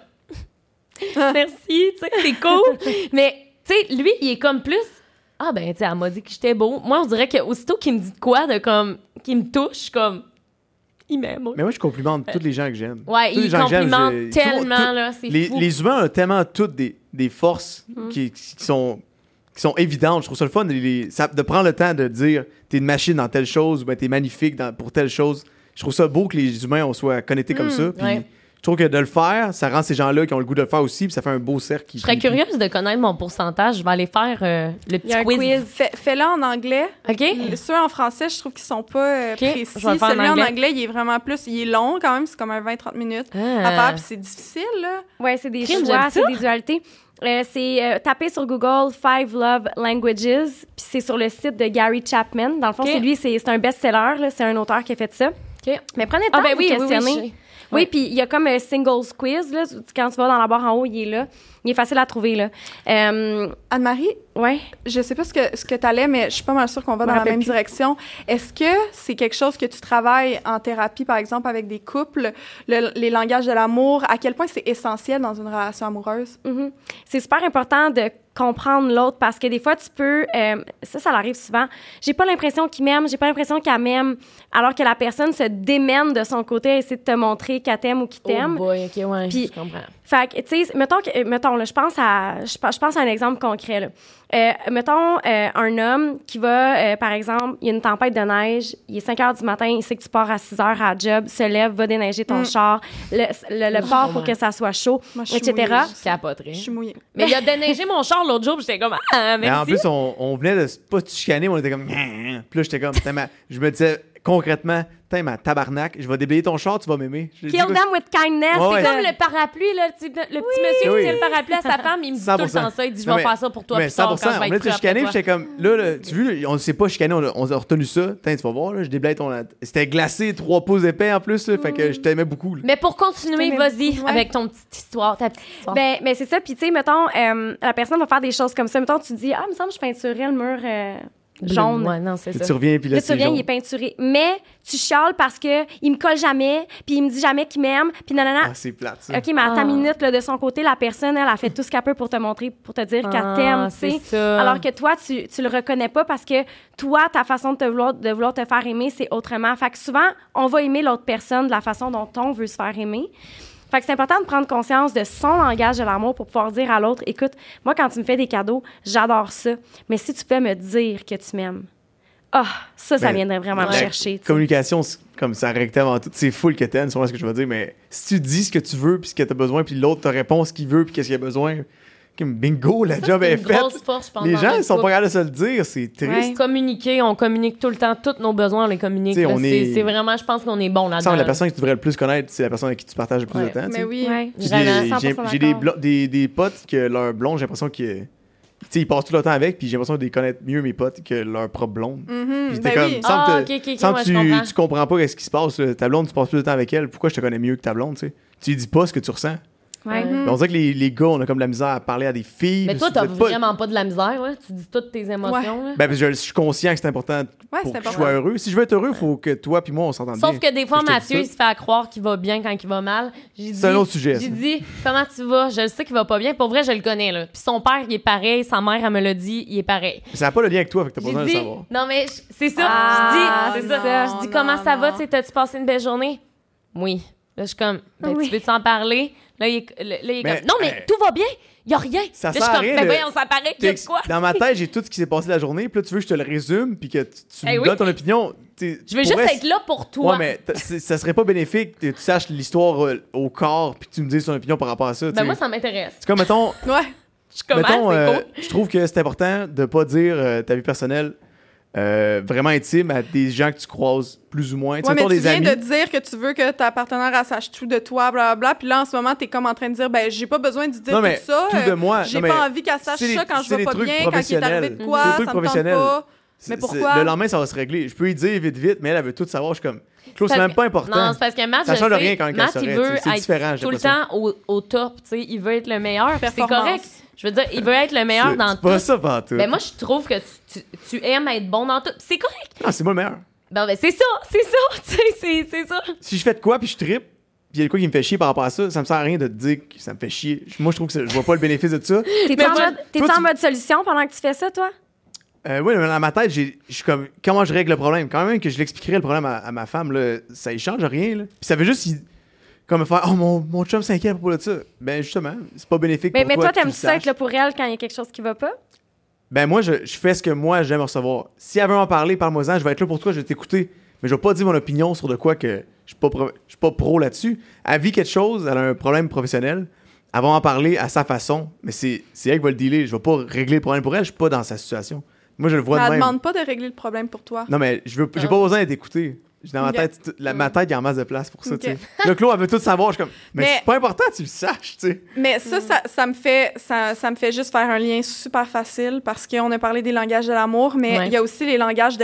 merci, tu sais, c'est cool. mais, tu sais, lui, il est comme plus, ah ben, tu sais, elle m'a dit que j'étais beau. Moi, on dirait que aussitôt qu'il me dit de quoi, de comme, qu'il me touche, je suis comme, il m'aime. Mais moi, je complimente tous les gens que j'aime. Euh, Ouais, Tous les il gens que j'aime, complimente je- tout- tellement, tout- là, c'est les, fou. Mhm. les humains ont tellement toutes des, des forces qui, qui sont, qui sont évidentes. Je trouve ça le fun de, les- ça- de prendre le temps de dire t'es une machine dans telle chose ou ben, t'es magnifique dans- pour telle chose. Je trouve ça beau que les humains on soit connectés comme ça. Puis Mhm. ouais. Je trouve que de le faire, ça rend ces gens-là qui ont le goût de le faire aussi, puis ça fait un beau cercle. qui- Je serais qui- curieuse de connaître mon pourcentage, je vais aller faire euh, le Il y a petit un quiz. quiz. Fais- Fais-le en anglais. OK? Ceux en français, je trouve qu'ils sont pas euh, Ok, je vais précis. le faire en Celui en anglais. anglais, il est vraiment plus... Il est long quand même, c'est comme un 20-30 minutes à Ah. faire, puis c'est difficile, là. Ouais, c'est des Crime, j'aime choix, c'est ça. des dualités. Euh, c'est euh, taper sur Google Five Love Languages, puis c'est sur le site de Gary Chapman. Dans le fond, Ok. c'est lui, c'est c'est un best-seller, là, c'est un auteur qui a fait ça. OK. Mais prenez le temps Ah ben de oui, vous questionner. questionner. Ouais. Oui, puis il y a comme un singles quiz, là, quand tu vas dans la barre en haut, il est là. Il est facile à trouver, là. Euh, Anne-Marie, ouais. Je sais pas ce que, ce que tu allais, mais je suis pas mal sûre qu'on va Me dans la rappelle même plus. direction. Est-ce que c'est quelque chose que tu travailles en thérapie, par exemple, avec des couples, le- les langages de l'amour? À quel point c'est essentiel dans une relation amoureuse? Mhm. C'est super important de comprendre l'autre parce que des fois, tu peux. euh, ça, ça l'arrive souvent. J'ai pas l'impression qu'il m'aime, j'ai pas l'impression qu'elle m'aime, alors que la personne se démène de son côté à essayer de te montrer qu'elle t'aime ou Oh qu'il t'aime. Oh boy, OK, ouais, Puis- je comprends. Fait que, tu sais, mettons, que- euh, mettons là, je pense à, je pense je pense à un exemple concret, là. Euh, mettons euh, un homme qui va, euh, par exemple, il y a une tempête de neige, il est 5 heures du matin, il sait que tu pars à 6 heures à la job, se lève, va déneiger ton Mm. Oh char, le, le, le part pour ouais. que ça soit chaud, Moi, je suis etc. mouillée. Capoterie. Je suis mouillée. Mais il a déneigé mon char l'autre jour, puis j'étais comme ah Mais en merci. plus, on, on venait de se pas se chicaner, mais on était comme. Puis là, j'étais comme. Putain, ma- Je me disais concrètement, t'es ma tabarnak, je vais déblayer ton char, tu vas m'aimer. Je- Kill them with kindness. Ouais, ouais. C'est Comme comme le le parapluie, là, le petit, le petit monsieur Oui. qui tient le parapluie à sa femme, il me dit tout le 100%. temps ça, il dit je Non, vais mais- faire ça pour toi mais plus tard quand je vais on être venait de se prêt après chicaner, puis toi. j'étais comme. Là, là, tu vois, on ne s'est pas chicané, on a, on a retenu ça. Putain, tu vas voir, là, je déblaye ton. C'était glacé, trois pouces épais en plus, là, fait que je t'aimais beaucoup. là. Mais pour continuer, Mais- vas-y Ouais. avec ton petite histoire, ta petite histoire. Ben, ben c'est ça. Puis, tu sais, mettons, euh, la personne va faire des choses comme ça. Mettons, tu dis, ah, il me semble que je peinturais le mur euh, jaune. Ouais, non, c'est Puis ça. tu reviens, puis là, Là, tu c'est reviens, jaune. il est peinturé. Mais tu chiales parce que il me colle jamais, puis il me dit jamais qu'il m'aime, puis nanana. Ah, c'est plate, ça. OK, mais à Ah. ta minute, là, de son côté, la personne, elle, a fait tout ce qu'elle peut pour te montrer, pour te dire qu'elle Ah, t'aime, tu c'est sais. ça. Alors que toi, tu, tu le reconnais pas parce que toi, ta façon de, te vouloir, de vouloir te faire aimer, c'est autrement. Fait que souvent, on va aimer l'autre personne de la façon dont on veut se faire aimer. Fait que c'est important de prendre conscience de son langage de l'amour pour pouvoir dire à l'autre, écoute, moi, quand tu me fais des cadeaux, j'adore ça. Mais si tu peux me dire que tu m'aimes, ah, ça, ça Ben, viendrait vraiment me La chercher. tu sais. Communication, c'est comme ça règle avant tout. C'est full que t'aimes, c'est vraiment ce que je veux dire, mais si tu dis ce que tu veux, puis ce que t'as besoin, puis l'autre te répond ce qu'il veut, puis qu'est-ce qu'il a besoin, comme bingo, la Ça, job c'est est une grosse faite. force, je pense, Les dans gens, notre ils sont pas couple. capables de se le dire, c'est triste. Ouais. communiquer, on communique tout le temps, tous nos besoins, on les communique. T'sais, là. on C'est est- c'est vraiment, je pense qu'on est bon Ça, là-dedans. la personne que tu devrais le plus connaître, c'est la personne avec qui tu partages le plus Ouais. de temps. Ben, tu Mais sais. oui. Ouais. J'ai Vraiment, des, 100% j'ai- j'ai des, d'accord. blo- des, des potes que leur blond, j'ai l'impression qu'ils passent tout le temps avec, puis j'ai l'impression de les connaître mieux, mes potes, que leur propre blonde. Mhm, Puis t'es ben comme, oui. semble Hmm, Ah, que- ok, ok, ok, semble ouais, que je comprends. tu, tu comprends pas ce qui se passe. là. Ta blonde, tu passes plus de temps avec elle. Pourquoi je te connais mieux que ta blonde, tu sais? Tu lui dis pas ce que tu ressens. Hmm. Ah. Ouais. Ouais. Mais On dirait que les, les gars, on a comme de la misère à parler à des filles. Mais parce toi, que t'as vous êtes pas- vraiment pas de la misère, ouais. Tu dis toutes tes émotions. là. Ben, parce que je, je suis conscient que c'est important Ouais, c'est pour que je important. sois heureux. Si je veux être heureux, il faut que toi puis moi, on s'entende bien. Sauf que des fois, Je te dis Mathieu, ça. il se fait à croire qu'il va bien quand il va mal. J'ai C'est un dit- autre sujet, ça. J'ai dit, comment tu vas? Je le sais qu'il va pas bien. Pour vrai, je le connais, là. Puis son père, il est pareil. Sa mère, elle me l'a dit, il est pareil. Ça n'a pas le lien avec toi, fait que t'as pas J'ai besoin de dit, le savoir. non, mais je- c'est ça. Ah, je dis, c'est non, ça. Je dis, comment non, ça non. va? Tu sais, T'as-tu passé une belle journée? Oui. Là, je suis comme, ben, Oui. tu veux t'en parler? Là, il est, là, il est Mais, comme, non, mais hey. tout va bien. y a rien. Ça Là, je sert suis à comme, rien ben de- voyons, ça paraît qu'il y a de T'es- quoi. Dans ma tête, j'ai tout ce qui s'est passé la journée. Puis là, tu veux que je te le résume, puis que tu, tu Eh me oui. donnes ton opinion. Je veux juste être là pour toi. Ouais, mais t- c'est- ça serait pas bénéfique que tu saches l'histoire euh, au corps, puis que tu me dises ton opinion par rapport à ça. tu Ben sais. moi, ça m'intéresse. C'est comme, mettons, Ouais. Je suis comme, mettons, ah, c'est euh, cool. je trouve que c'est important de pas dire euh, ta vie personnelle euh, vraiment intime à des gens que tu croises plus ou moins. Tu sais, Ouais, mais mettons tu des viens amis. de dire que tu veux que ta partenaire elle sache tout de toi, blablabla. Puis là, en ce moment, t'es comme en train de dire, ben, j'ai pas besoin de dire Non, mais tout ça. tout de moi. J'ai Non, mais pas envie qu'elle sache c'est des- ça quand c'est je vais des pas trucs bien, quand il est arrivé de professionnels. quoi, C'est ça me des trucs tente professionnels. pas. C'est- pourquoi? c'est- Le lendemain, ça va se régler. Je peux lui dire vite, vite, mais elle, elle veut tout savoir. Je suis comme, Claude, c'est Parce même que- pas important. Non, c'est parce que Matt, Ça je change sais, rien quand il Matt, s'arrête, il veut c'est- c'est être différent, j'ai tout le temps l'impression. au, au top, tu sais, il veut être le meilleur, puis c'est Performance. correct. Je veux dire, il veut être le meilleur C'est- dans c'est pas tout. ça, pas tout. Ben moi, je trouve que tu, tu- tu aimes être bon dans tout. C'est correct. Non, Ah, c'est moi le meilleur. Ben, ben c'est ça, c'est ça, tu sais, c'est- c'est ça. Si je fais de quoi, puis je trippe, puis il y a de quoi qui me fait chier par rapport à ça, ça me sert à rien de te dire que ça me fait chier. Je- Moi, je trouve que ça- je vois pas le bénéfice de ça. T'es Mais en, moi- mode, t'es toi, en tu- mode solution pendant que tu fais ça, toi? Euh, oui, mais dans ma tête, j'ai- je suis comme, comment je règle le problème? Quand même que je l'expliquerais le problème à, à ma femme, là, ça y change rien. Là. Puis ça veut juste, il- comme faire, oh, mon, mon chum s'inquiète à propos de ça. Ben justement, c'est pas bénéfique Mais, pour mais toi, que tu t'aimes-tu le ça saches. être là pour elle quand il y a quelque chose qui va pas? Ben moi, je, je fais ce que moi, j'aime recevoir. Si elle veut en parler, parle-moi-en, je vais être là pour toi, je vais t'écouter. Mais je vais pas dire mon opinion sur de quoi que je suis pas pro, je suis pas pro là-dessus. Elle vit quelque chose, elle a un problème professionnel, elle va en parler à sa façon, mais c'est c'est elle qui va le dealer. Je vais pas régler le problème pour elle, je suis pas dans sa situation. Moi, je le vois Mais de elle même. demande pas de régler le problème pour toi. Non, mais je veux, j'ai Ah. pas besoin d'être écouté. J'ai Dans ma Ok. tête, tout- la, ma tête, il y a en masse de place pour ça, Ok. tu sais. Le Claude, elle veut tout savoir. Je suis comme, mais, Mais- c'est pas important, tu le saches, tu sais. Mais ça, Mm. ça, ça me fait, ça, ça me fait juste faire un lien super facile parce qu'on a parlé des langages de l'amour, mais il Ouais. y a aussi les langages de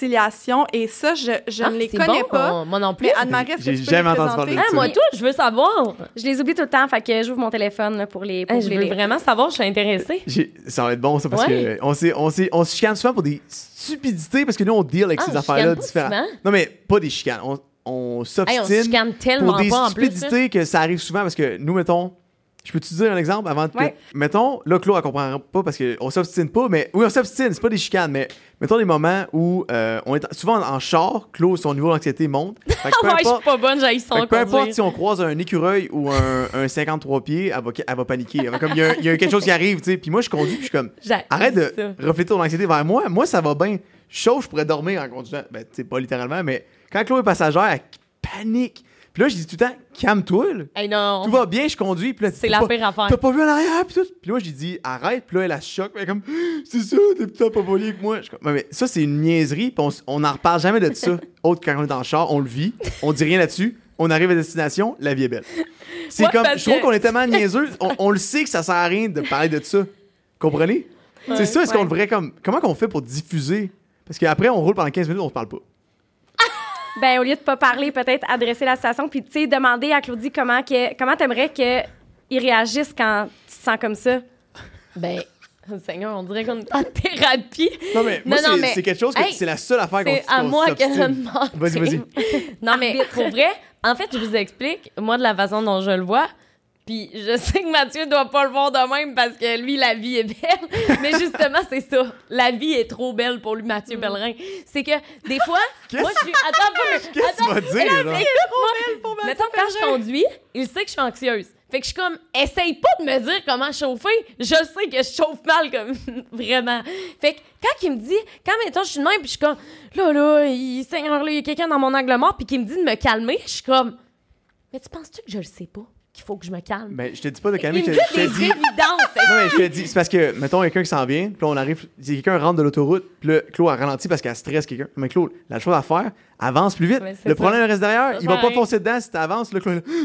réconciliation et ça, je, je Ah, ne les c'est connais bon, pas. on- Moi non plus. Mais Anne-Marie, est-ce que J'ai tu peux jamais les entendu présenter? parler. Ah, moi, tout, je veux savoir. Je les oublie tout le temps, fait que j'ouvre mon téléphone là, pour les. Pour Ah, vous je les veux lire. vraiment savoir, je suis intéressée. J'ai- Ça va être bon, ça, parce Ouais. que on, s'est- on, s'est- on se chicane souvent pour des stupidités, parce que nous, on deal avec Ah, ces on affaires-là chicane pas différentes. souvent? Non, mais pas des chicanes. On, on hein? Hey, s'obstine on se chicane pour tellement des pas en plus. là. stupidités que ça arrive souvent, parce que nous, mettons... Je peux te dire un exemple avant que... Ouais. Mettons, là, Claude, elle comprendra pas parce qu'on s'obstine pas, mais... Oui, on s'obstine, c'est pas des chicanes, mais mettons des moments où euh, on est souvent en char, Claude, son niveau d'anxiété monte. Fait que peu Ah ouais, je importe- suis pas bonne, j'ai son fait que peu importe conduire. si on croise un écureuil ou un, un 53 pieds, elle va, elle va paniquer. Elle va comme, il y, a- il y a quelque chose qui arrive, tu sais. Puis moi, je conduis, puis je suis comme, J'ai- arrête de ça. refléter ton anxiété vers moi. Moi, ça va bien. Je suis chaud, je pourrais dormir en conduisant. Ben, tu sais, pas littéralement, mais quand Chloé est passagère, elle panique. Puis là, je dis tout le temps, calme-toi, là. Hey, non. Tout va bien, je conduis. Puis là, C'est t'as la pas- pire affaire. T'as pas vu en arrière, puis tout. Puis là, j'ai dit, arrête. Puis là, elle a choc. Elle est comme, c'est ça, t'es putain pas poli que moi. Je suis comme, Ouais, mais ça, c'est une niaiserie, puis on, s- on en reparle jamais de ça. Autre que quand on est en char, on le vit, on dit rien là-dessus, on arrive à destination, la vie est belle. C'est Ouais, comme, parce je trouve que- qu'on est tellement niaiseux, on, on le sait que ça sert à rien de parler de ça. Comprenez? Ouais. c'est ça, est-ce Ouais. qu'on devrait comme. Comment qu'on fait pour diffuser? Parce qu'après, on roule pendant 15 minutes, on se parle pas. Ben, au lieu de pas parler, peut-être adresser la situation, puis tu sais, demander à Claudie comment que, comment t'aimerais qu'il réagisse quand tu te sens comme ça. Ben, Seigneur, on dirait qu'on est en thérapie. Non, mais moi, Non, non, c'est- mais- c'est quelque chose que. Hey, c'est la seule affaire qu'on C'est à qu'on moi qu'elle a s'obstine. demandé. Vas-y, vas-y. Non, mais pour vrai, en fait, je vous explique, moi, de la façon dont je le vois, puis je sais que Mathieu doit pas le voir de même parce que lui, la vie est belle, mais justement, c'est ça. La vie est trop belle pour lui, Mathieu Pellerin. C'est que, des fois, moi, je suis... Attends un peu! Qu'est-ce que Attends! tu vas dire, Mais là? écoute, moi, mettons, quand je conduis, il sait que je suis anxieuse. Fait que je suis comme, essaye pas de me dire comment chauffer. Je sais que je chauffe mal, comme, vraiment. Fait que quand il me dit, quand mettons, je suis de même, puis je suis comme, là, là, il, Seigneur, là, il y a quelqu'un dans mon angle mort, puis qu'il me dit de me calmer, je suis comme, mais tu penses-tu que je le sais pas, qu'il faut que je me calme? Mais Ben, je te dis pas de calmer, il je me te dit je des te dis. évidences. Non, mais je te dis, c'est parce que, mettons, quelqu'un qui s'en vient, puis là, on arrive, si quelqu'un rentre de l'autoroute, puis là, Claude a ralenti parce qu'elle stresse quelqu'un. Mais Claude, la chose à faire, avance plus vite. Mais c'est Le ça. problème reste derrière, Ça il va sert à pas rien. foncer dedans si t'avances, là, Claude. là.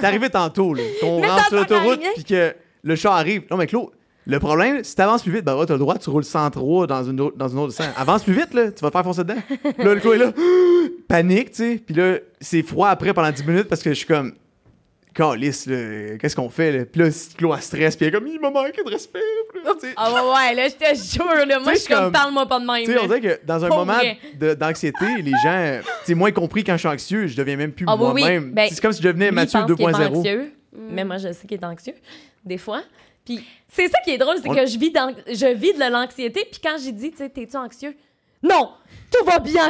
T'es arrivé tantôt, là, qu'on Mais ça rentre sur sert à l'autoroute, rien. puis que le chat arrive. Non, mais Claude, le problème, si t'avances plus vite, ben ouais, t'as le droit, tu roules 103 dans une, autre- dans une autre sens. Avance plus vite, là, tu vas te faire foncer dedans. Puis là, le Claude est là, panique, tu sais. Puis là, c'est froid après pendant 10 minutes parce que je suis comme. Calice, là, qu'est-ce qu'on fait? Là? Puis là, Cyclo, elle stress, puis elle est comme, il m'a manqué de respect. puis là, tu sais. Ah ouais, ouais, là, je te jure, là, moi, Tu sais, je suis comme, comme- parle-moi pas de même. Tu sais, on là. dirait que dans un Pour moment vrai. de- d'anxiété, les gens, euh, tu sais, moins compris quand je suis anxieux, je deviens même plus Ah oui, oui. moi-même. Ben, c'est comme si je devenais Lui, Mathieu il pense qu'il est pas 2.0. anxieux, Mm. Mais moi, je sais qu'il est anxieux, des fois. Puis c'est ça qui est drôle, c'est On- que je vis, dans, je vis de l'anxiété. Puis quand j'ai dit, tu sais, t'es-tu anxieux? Non! Tout va bien!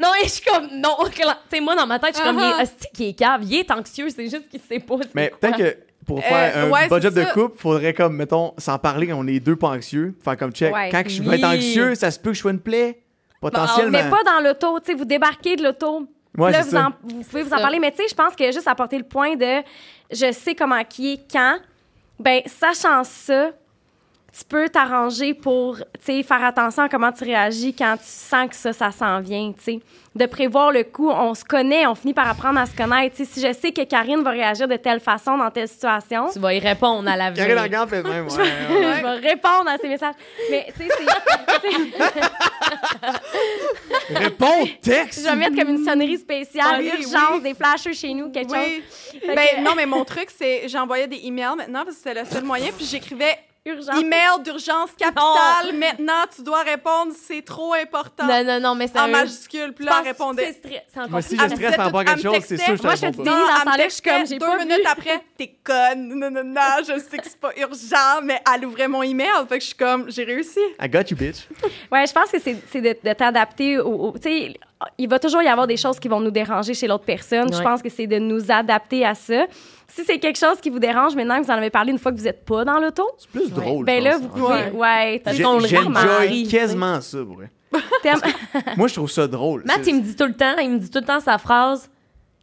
Non, et je suis comme, non! clair. Tu sais, moi, dans ma tête, je suis comme, Ah ah. il est hostie qui est cave, il est anxieux, c'est juste qu'il sait pas. c'est Mais quoi. peut-être que pour faire Euh, un ouais, budget c'est de ça. couple, faudrait comme, mettons, s'en parler quand on est deux pas anxieux. Faire comme check. Ouais. Quand je vais être Oui. anxieux, ça se peut que je sois une plaie. Potentiellement. Mais pas dans l'auto, tu sais, vous débarquez de l'auto. Ouais, là, c'est vous, ça. en- vous pouvez vous en ça. parler, mais tu sais, je pense que juste apporter le point de je sais comment qui est quand, ben sachant ça, tu peux t'arranger pour, tu sais, faire attention à comment tu réagis quand tu sens que ça, ça s'en vient, tu sais. De prévoir le coup, on se connaît, on finit par apprendre à se connaître, tu sais. Si je sais que Karine va réagir de telle façon dans telle situation, Tu vas y répondre à la Karine vie. Langan fait de même. ouais, ouais, ouais. je vais répondre à ces messages. Mais, tu sais, c'est... Réponds au Je texte. vais mettre comme une sonnerie spéciale, Oui, urgence, oui. des flashers chez nous, quelque Oui. chose. Fait Ben, que- Non, mais mon truc, c'est j'envoyais des emails maintenant parce que c'était le seul moyen. Puis j'écrivais urgence. email d'urgence capitale. Maintenant, tu dois répondre. C'est trop important. Non, non, non, mais en sérieux. majuscule. Puis là, elle Ah, répondait. C'est Ah, encore Moi, si plus je me stresse par rapport à textait quelque tout- chose, c'est sûr que je te Moi, je réponds te pas. dis- dans ce elle me temps-là, je suis comme, textait j'ai deux pas vu. minutes après, t'es conne. Non, non, non, je sais que c'est pas urgent, mais elle ouvrait mon email. Fait que je suis comme, j'ai réussi. I got you, bitch. Ouais, je pense que c'est c'est de, de t'adapter au. au- tu sais, il va toujours y avoir des choses qui vont nous déranger chez l'autre personne. Je Ouais. pense que c'est de nous adapter à ça. Si c'est quelque chose qui vous dérange maintenant que vous en avez parlé une fois que vous n'êtes pas dans l'auto, C'est plus drôle. ben je là, pense, hein. vous en pouvez. fait. Ouais, tu sais, Parce qu'on le J'ai- J'enjoy remarque. quasiment ça, pour vrai. t'aimes- Ben, Moi, je trouve ça drôle. Matt, C'est- il me dit tout le temps, il me dit tout le temps sa phrase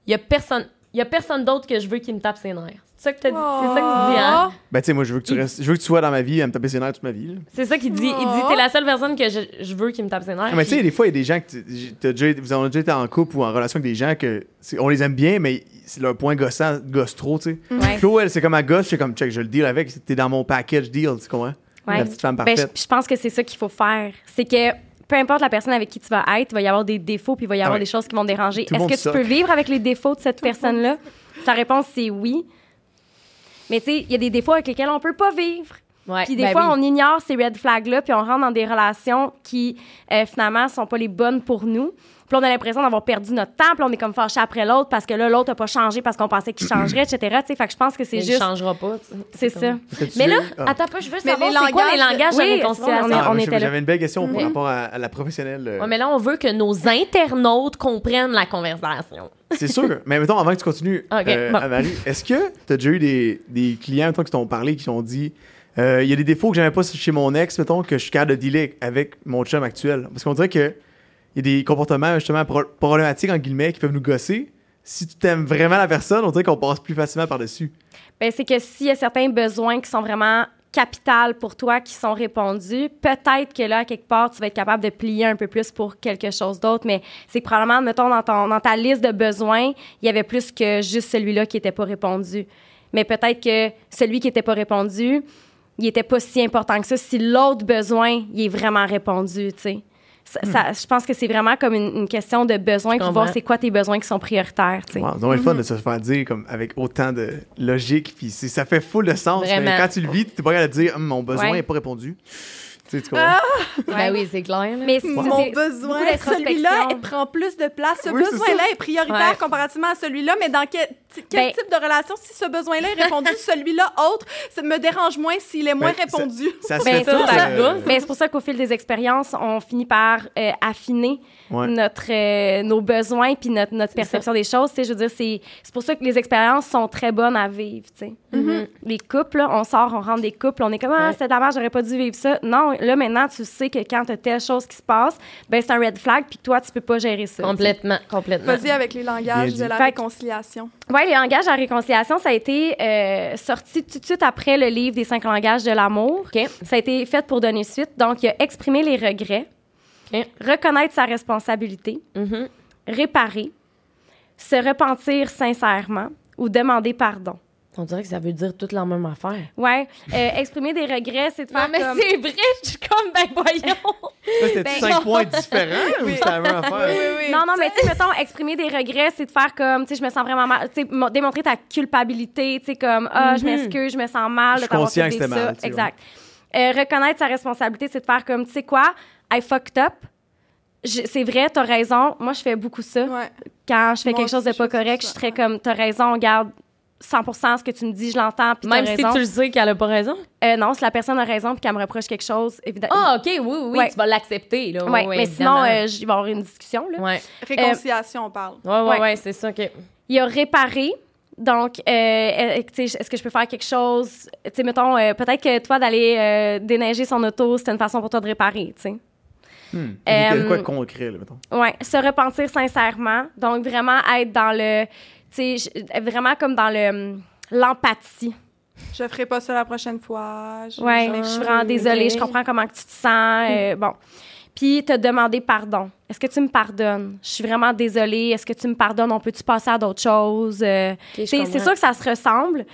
il y a personne, il y a personne d'autre que je veux qui me tape ses nerfs. C'est ça que t'as dit, c'est ça que tu Oh, dis, hein? Ben, tu sais, moi, je veux que tu Il- restes. Je veux que tu sois dans ma vie à me taper ses nerfs toute ma vie. là. C'est ça qu'il dit. Il dit t'es la seule personne que je, je veux qui me tape ses nerfs. Ah, mais tu sais, des fois, il y a des gens que tu- j- t'as déjà, été- vous avez déjà été en couple ou en relation avec des gens que c'est- on les aime bien, mais c'est leur point gossant, gosse trop, tu sais. Ouais. Flo, elle, c'est comme à gosse, c'est comme check, je le deal avec, t'es dans mon package deal, tu comprends? Ouais. La petite femme Ben, parfaite. je, je pense que c'est ça qu'il faut faire. C'est que peu importe la personne avec qui tu vas être, il va y avoir des défauts puis il va y avoir Ouais. des choses qui vont déranger. Tout le Est-ce monde que tu suck. peux vivre avec les défauts de cette personne-là? Sa réponse, c'est oui. Mais tu sais, il y a des défauts avec lesquels on peut pas vivre. Ouais, Puis des ben fois, oui. on ignore ces red flags-là, puis on rentre dans des relations qui, euh, finalement, sont pas les bonnes pour nous. Puis là, on a l'impression d'avoir perdu notre temps, puis là, on est comme fâché après l'autre parce que là, l'autre a pas changé parce qu'on pensait qu'il changerait, etc. Tu sais, fait que je pense que c'est Mais il juste... changera pas. tu sais. C'est ça. comme- T'as-tu Mais là, eu- ah. attends pas, je veux Mais savoir les c'est quoi les langages- langages Oui, de on est- réconciliation. Ah, on moi, était là. Mm-hmm. J'avais une belle question par Mhm. rapport à, à la professionnelle. euh, Ouais, mais là, on veut que nos internautes comprennent la conversation. C'est sûr. Mais mettons, avant que tu continues, Ok, euh, bon. Amari, est-ce que tu as déjà eu des, des clients mettons, qui t'ont parlé, qui t'ont dit euh, il y a des défauts que j'avais pas chez mon ex, mettons, que je suis capable de dealer avec mon chum actuel Parce qu'on dirait que il y a des comportements justement pro- problématiques, en guillemets, qui peuvent nous gosser. Si tu t'aimes vraiment la personne, on dirait qu'on passe plus facilement par-dessus. Ben, c'est que s'il y a certains besoins qui sont vraiment capitales pour toi, qui sont répondus, peut-être que là, quelque part, tu vas être capable de plier un peu plus pour quelque chose d'autre, mais c'est que probablement, mettons, dans, ton, dans ta liste de besoins, il y avait plus que juste celui-là qui n'était pas répondu. Mais peut-être que celui qui n'était pas répondu, il n'était pas si important que ça si l'autre besoin, il est vraiment répondu, tu sais. Ça, ça- je pense que c'est vraiment comme une, une question de besoin pour comprends. voir c'est quoi tes besoins qui sont prioritaires, tu sais. Wow, c'est vraiment le Mm-hmm. fun de se faire dire comme, avec autant de logique, puis c'est- ça fait full de sens. mais Vraiment. quand tu le vis, tu pas capable de dire Hum, mon besoin n'est Ouais. pas répondu. Tu sais, tu comprends? Ben oui, c'est clair. là. Mais c'est- Mon c'est- besoin, beaucoup d'introspection. celui-là, il prend plus de place. Ce Oui, c'est besoin-là est prioritaire Ouais. comparativement à celui-là, mais dans quel, t- quel Ben- type de relation, si ce besoin-là est répondu, celui-là autre, ça me dérange moins s'il est moins Ben, ça- répondu. Ça se Ben, fait ça, tout, ça euh, gosse. Mais c'est pour ça qu'au fil des expériences, on finit par euh, affiner Ouais. notre, euh, nos besoins puis notre, notre perception des choses. Tu sais, Je veux dire, c'est c'est pour ça que les expériences sont très bonnes à vivre. tu sais. Mm-hmm. Les couples, là, on sort, on rentre des couples, on est comme Ah, Mm-hmm. Ouais. c'est dommage, j'aurais pas dû vivre ça. Non, là, maintenant, tu sais que quand tu as telle chose qui se passe, ben c'est un red flag puis que toi, tu peux pas gérer ça. tu sais. Complètement, complètement. Vas-y avec les Bien langages dit. de la Fait que- réconciliation. Oui, les langages à réconciliation, ça a été euh, sorti tout de suite après le livre des cinq langages de l'amour. OK. Ça a été fait pour donner suite. Donc, il y a exprimer les regrets, OK. reconnaître sa responsabilité, Mhm. réparer, se repentir sincèrement ou demander pardon. On dirait que ça veut dire toute la même affaire. Ouais, euh, exprimer des regrets, c'est de faire comme... Ah, c'est vrai, je suis comme, ben voyons. Là, c'était Ben, cinq points différents ou c'était la même affaire? Non, non, mais tu sais, mettons, exprimer des regrets, c'est de faire comme, tu sais, je me sens vraiment mal, tu sais, mo- démontrer ta culpabilité, tu sais, comme, ah, je m'excuse, je me sens mal Mm-hmm. Je de suis t'avoir conscient que fait c'était ça. mal, tu sais, Exact. Euh, reconnaître sa responsabilité, c'est de faire comme, tu sais quoi, I fucked up. Je- C'est vrai, t'as raison. Moi, je fais beaucoup ça. Ouais. Quand je fais Moi quelque chose de aussi, pas je fais correct, ça, je serais comme, t'as raison, regarde 100 ce que tu me dis, je l'entends, puis t'as Même si raison. tu le sais qu'elle a pas raison. Euh, non, si la personne a raison puis qu'elle me reproche quelque chose, évidemment. Oh! Ah, OK, oui, oui, oui, Ouais. tu vas l'accepter. là. ouais, Ouais, ouais, mais sinon, évidemment. euh, je- il va y avoir une discussion, là. Ouais. Réconciliation, on parle. Ouais, ouais, Ouais. ouais, c'est ça, OK. Il y a réparé, Donc, euh, euh, tu sais, est-ce que je peux faire quelque chose? Tu sais, mettons, euh, peut-être que toi, d'aller euh, déneiger son auto, c'était une façon pour toi de réparer, tu sais. Hmm. Il y a Euh, quoi de concret, là, mettons? Ouais, se repentir sincèrement. Donc, vraiment être dans le. Tu sais, je- vraiment comme dans le hum, l'empathie. Je ferai pas ça la prochaine fois. Je- Ouais, genre- je suis vraiment désolée, je comprends comment que tu te sens. euh, bon. Puis te demander pardon. Est-ce que tu me pardonnes? Je suis vraiment désolée. Est-ce que tu me pardonnes? On peut-tu passer à d'autres choses? Euh, c'est je c'est comprends. sûr que ça se ressemble,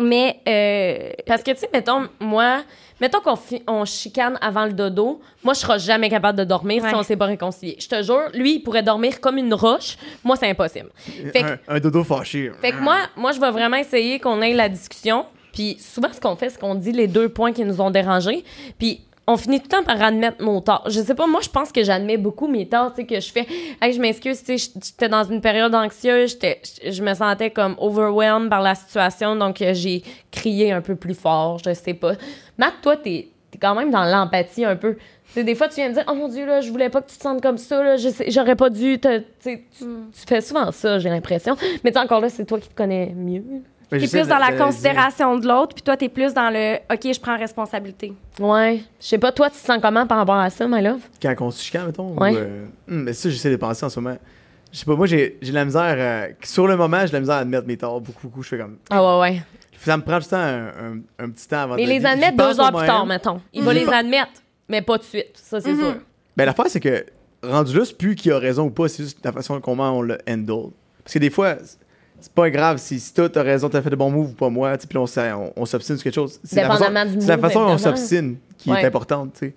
mais euh, Parce que, tu sais, mettons, moi, mettons qu'on fi- on chicane avant le dodo, moi, je serai jamais capable de dormir Ouais. si on s'est pas réconcilié. Je te jure, lui, il pourrait dormir comme une roche. Moi, c'est impossible. Fait que, Un, un dodo fâché. fait que moi, moi, je vais vraiment essayer qu'on ait la discussion. Puis souvent, ce qu'on fait, c'est qu'on dit les deux points qui nous ont dérangés. Puis on finit tout le temps par admettre nos torts. Je sais pas, moi, je pense que j'admets beaucoup mes torts, tu sais, que je fais. Hey, je m'excuse, tu sais, j'étais dans une période anxieuse, j'étais- je je me sentais comme overwhelmed par la situation, donc euh, j'ai crié un peu plus fort, je sais pas. Matt, toi, t'es t'es quand même dans l'empathie un peu. Tu sais, des fois, tu viens de dire, oh mon Dieu, là, je voulais pas que tu te sentes comme ça, là, je sais- j'aurais pas dû. te- Tu, sais, tu- Mm. tu fais souvent ça, j'ai l'impression. Mais tu sais, encore là, c'est toi qui te connais mieux. Mais t'es j'essaie plus dans la d'analyser. considération de l'autre, puis toi, t'es plus dans le OK, je prends responsabilité. Ouais. Je sais pas, toi, tu te sens comment par rapport à ça, my love? Quand on se chicane, mettons? Ouais. Ou, euh, hmm, mais ça, j'essaie de penser en ce moment. Je sais pas, moi, j'ai j'ai de la misère. euh, sur le moment, j'ai de la misère à admettre mes torts. Beaucoup, beaucoup. Je fais comme. Ah ouais, ouais. ça Ça me prend du temps, un, un- un petit temps avant Mais de il les j'y admettre ben, pense deux heures pour plus moi-même. tard, mettons. Il va Mhm. les admettre, mais pas de suite. Ça, Mm-hmm. c'est sûr. Ben, l'affaire, c'est que rendu là, c'est plus qui a raison ou pas, c'est juste la façon comment on le handle. Parce que des fois, c'est- c'est pas grave si, si toi, t'as raison, t'as fait de bons moves ou pas moi, tu sais, puis on s'est- on, on s'obstine sur quelque chose. C'est la façon, Dépendamment du c'est la move, façon dont on évidemment. s'obstine qui Ouais. est importante, tu sais.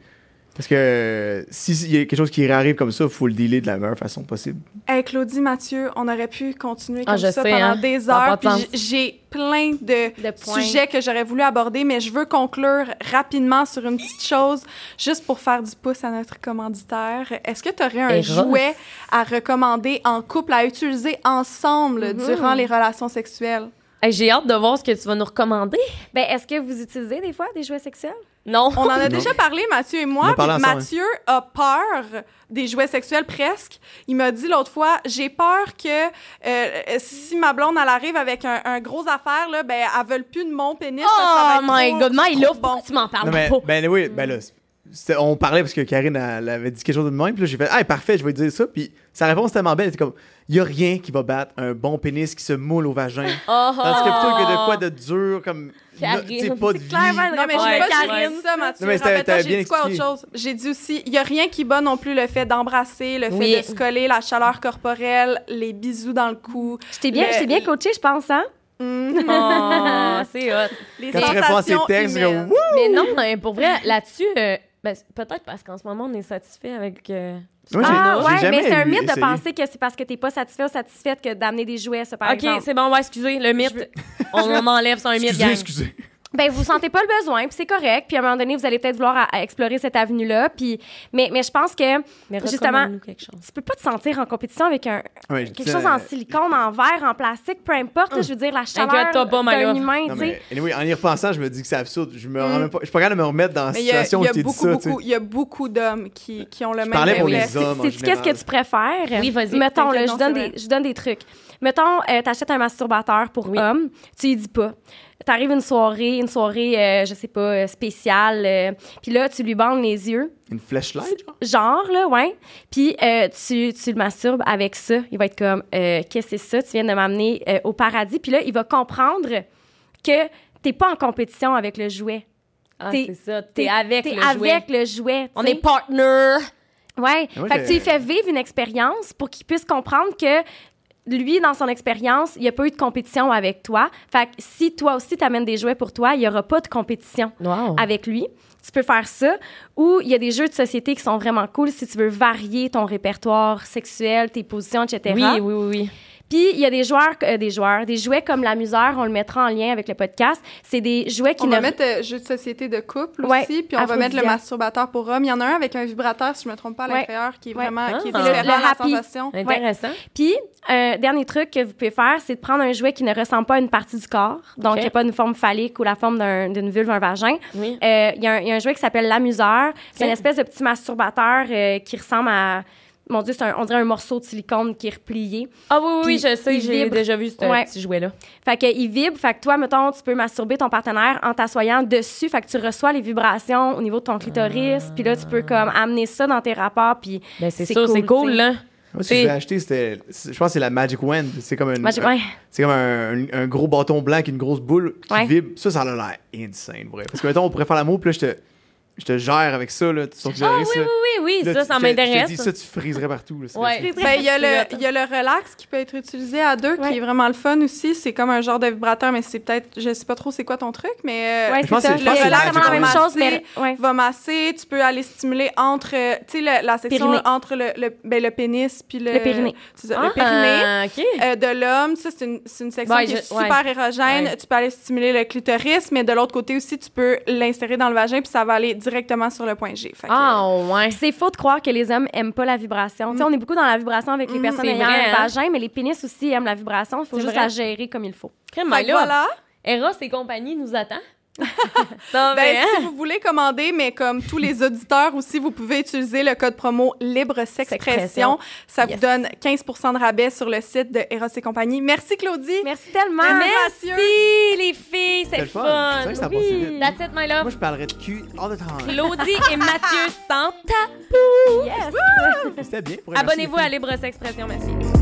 Parce que euh, si- s'il y a quelque chose qui arrive comme ça, faut le dealer de la meilleure façon possible. Hey, Claudie, Mathieu, on aurait pu continuer Ah, comme je ça sais, pendant hein. des Ça a heures. pas de puis j- j'ai plein de, De points. sujets que j'aurais voulu aborder, mais je veux conclure rapidement sur une petite chose, juste pour faire du pouce à notre commanditaire. Est-ce que tu aurais un Eros. jouet à recommander en couple, à utiliser ensemble Mm-hmm. durant les relations sexuelles? Hey, j'ai hâte de voir ce que tu vas nous recommander. Ben, est-ce que vous utilisez des fois des jouets sexuels? Non. On en a Non. déjà parlé, Mathieu et On moi. a parlé puis ensemble, Mathieu a peur des jouets sexuels presque. Il m'a dit l'autre fois, j'ai peur que euh, si ma blonde elle arrive avec un, un gros affaire là, ben elle veut plus de mon pénis. parce que ça Oh va être my trop- god, my trop love, bon. pourquoi tu m'en parles Non, mais, pas? ben oui, ben là, c'est- c'est- on parlait parce que Karine elle avait dit quelque chose de même, puis là, j'ai fait, ah, parfait, je vais te dire ça, puis sa réponse tellement belle, elle était comme, y a rien qui va battre un bon pénis qui se moule au vagin. Oh, Parce que plutôt que de quoi de dur, comme. Karine, Tu sais, pas de vie. clairement- Non, mais j'ai Ouais, pas Karine. dit ça, Mathieu. Non, mais c'était- Rappelle-toi, t'avais j'ai bien dit quoi autre expliqué. chose? J'ai dit aussi, il y a rien qui bat non plus le fait d'embrasser, le fait Oui. de se coller, la chaleur corporelle, les bisous dans le cou, Je t'ai bien, Le- je t'ai bien coaché, je pense, hein? hum, Oh, c'est hot. les Quand tu réponds à ces sensations textes, c'est humaines. comme, wouh! Mais non, mais pour vrai, là-dessus, euh, ben, c'est peut-être parce qu'en ce moment, on est satisfait avec. euh, Moi, j'ai- ah j'ai ouais, jamais mais c'est un eu mythe de essayé. penser que c'est parce que t'es pas satisfait ou satisfaite que d'amener des jouets, ça, par Ok, exemple. c'est bon, ouais, excusez, le mythe. On, on enlève son mythe, Excusez, gang. excusez. Ben, vous sentez pas le besoin, puis c'est correct. Puis à un moment donné, vous allez peut-être vouloir à- à explorer cette avenue-là. Puis, mais, mais je pense que Mais justement, recommande-nous quelque chose. tu peux pas te sentir en compétition avec un, Ouais, je quelque disais- chose en silicone, en verre, en plastique, peu importe. là, je veux dire, la chaleur Inquiète-toi pas, my d'un love. humain, euh, Non, tu sais. mais anyway, en y repensant, je me dis que c'est absurde. Je me rends même pas, je suis pas capable de me remettre dans la Mais il y a, Ah, situation il y où a tu dis beaucoup, ça. tu sais. beaucoup, il y a beaucoup d'hommes qui, qui ont le même parlais Euh, pour réflexe. les hommes, en C'est qu'est-ce que général. tu préfères Oui, vas-y. Mettons, là, T'inquiète, je non, donne c'est des, je donne des trucs. Mettons, euh, t'achètes un masturbateur pour Oui. homme, tu y dis pas. T'arrives une soirée, une soirée, euh, je sais pas, euh, spéciale, euh, puis là, tu lui bandes les yeux, Une flashlight, genre. genre, là, ouais, puis euh, tu, tu le masturbes avec ça. Il va être comme, euh, qu'est-ce que c'est ça? Tu viens de m'amener euh, au paradis. Puis là, il va comprendre que t'es pas en compétition avec le jouet. Ah, T'es- c'est ça. T'es avec t'es le jouet. avec le jouet. tu On sais. est partner. Ouais. Mais moi, fait que tu lui j'ai- fais vivre une expérience pour qu'il puisse comprendre que lui, dans son expérience, il n'y a pas eu de compétition avec toi. Fait que si toi aussi t'amènes des jouets pour toi, il n'y aura pas de compétition Wow. avec lui. Tu peux faire ça. Ou il y a des jeux de société qui sont vraiment cool si tu veux varier ton répertoire sexuel, tes positions, etc. Oui, oui, oui, oui. Puis il y a des joueurs, euh, des joueurs, des jouets comme l'amuseur, on le mettra en lien avec le podcast. C'est des jouets qui On ne... va mettre euh, jeu de société de couple Ouais, aussi, puis on va mettre le aphrodisiaque. masturbateur pour homme. Il y en a un avec un vibrateur, si je me trompe pas, à Ouais. l'intérieur, qui est Ouais. vraiment qui est Ah. différent Le- le à la happy. sensation. Intéressant. Puis, euh, dernier truc que vous pouvez faire, c'est de prendre un jouet qui ne ressemble pas à une partie du corps, donc Ok. qui n'a pas une forme phallique ou la forme d'un- d'une vulve, un vagin. Oui. Euh, Il y, a un- il y a un jouet qui s'appelle l'amuseur. C'est Ok. une espèce de petit masturbateur euh, qui ressemble à Mon Dieu, c'est un- on dirait un morceau de silicone qui est replié. Ah oui, oui, oui, Puis je sais, il j'ai vibre. déjà vu ce Ouais. petit jouet-là. Fait qu'il vibre. Fait que toi, mettons, tu peux masturber ton partenaire en t'assoyant dessus. Fait que tu reçois les vibrations au niveau de ton clitoris. Puis là, tu peux comme amener ça dans tes rapports. Puis Ben, c'est C'est sûr, cool, c'est cool, tu hein. sais. là. Moi, ce C'est- que j'ai acheté, c'était. c'est- Je pense que c'est la Magic Wand. C'est comme, une, moi, j'ai- ouais. c'est comme un, un- un gros bâton blanc avec une grosse boule qui Ouais. vibre. Ça, ça a l'air insane, vrai. Parce que, mettons, on pourrait faire l'amour, puis là, je te, je te gère avec ça, là. Tu sors du Ah oui, risque, oui, là. oui, oui, Là, ça, tu- ça je te- m'intéresse. Je te dis ça, tu friserais partout. là, c'est Ouais. comme ça. Ben, il y, a le, Tu il y a le relax qui peut être utilisé à deux, qui Ouais. est vraiment le fun aussi. C'est comme un genre de vibrateur, mais c'est peut-être, je sais pas trop c'est quoi ton truc, mais euh, Ouais, je c'est pense ça. que- je pense que c'est C'est la exactement la même Magic chose, Wand. mais. ouais. va masser, tu peux aller stimuler entre, euh, tu sais, le- la section Périnée. entre le, le, ben, le pénis puis le, Le périnée. c'est ça, Ah, le périnée. OK. euh, de l'homme, ça, c'est une, c'est une section Ouais, qui est je- ouais. super érogène. Ouais. Tu peux aller stimuler le clitoris, mais de l'autre côté aussi, tu peux l'insérer dans le vagin, puis ça va aller directement sur le point G. Fait que- euh, Ah, ouais. Puis C'est faux de croire que les hommes aiment pas la vibration. Tu sais, on est beaucoup dans la vibration avec les Mm. personnes C'est ayant vrai, un hein. vagin, mais les pénis aussi aiment la vibration. Il faut C'est juste vrai. la gérer comme il faut. Crème, Fait que là, voilà. Eros et compagnie nous attend. non, Ben, mais, hein? si vous voulez commander, mais comme tous les auditeurs aussi, vous pouvez utiliser le code promo Libre Sexpression. Sexpression. Ça vous Yes. donne 15 de rabais sur le site de Eros et compagnie. Merci, Claudie. Merci tellement. Merci, Mathieu. Merci, les filles, c'est C'était le le fun. C'est fun. vrai que ça Oui. passait vite. That's it, Moi, my love. je parlerais de cul all the time. Claudie et Mathieu sans tabou. Yes. C'était bien. pour remercier les Abonnez-vous filles. à Libre Expression, merci.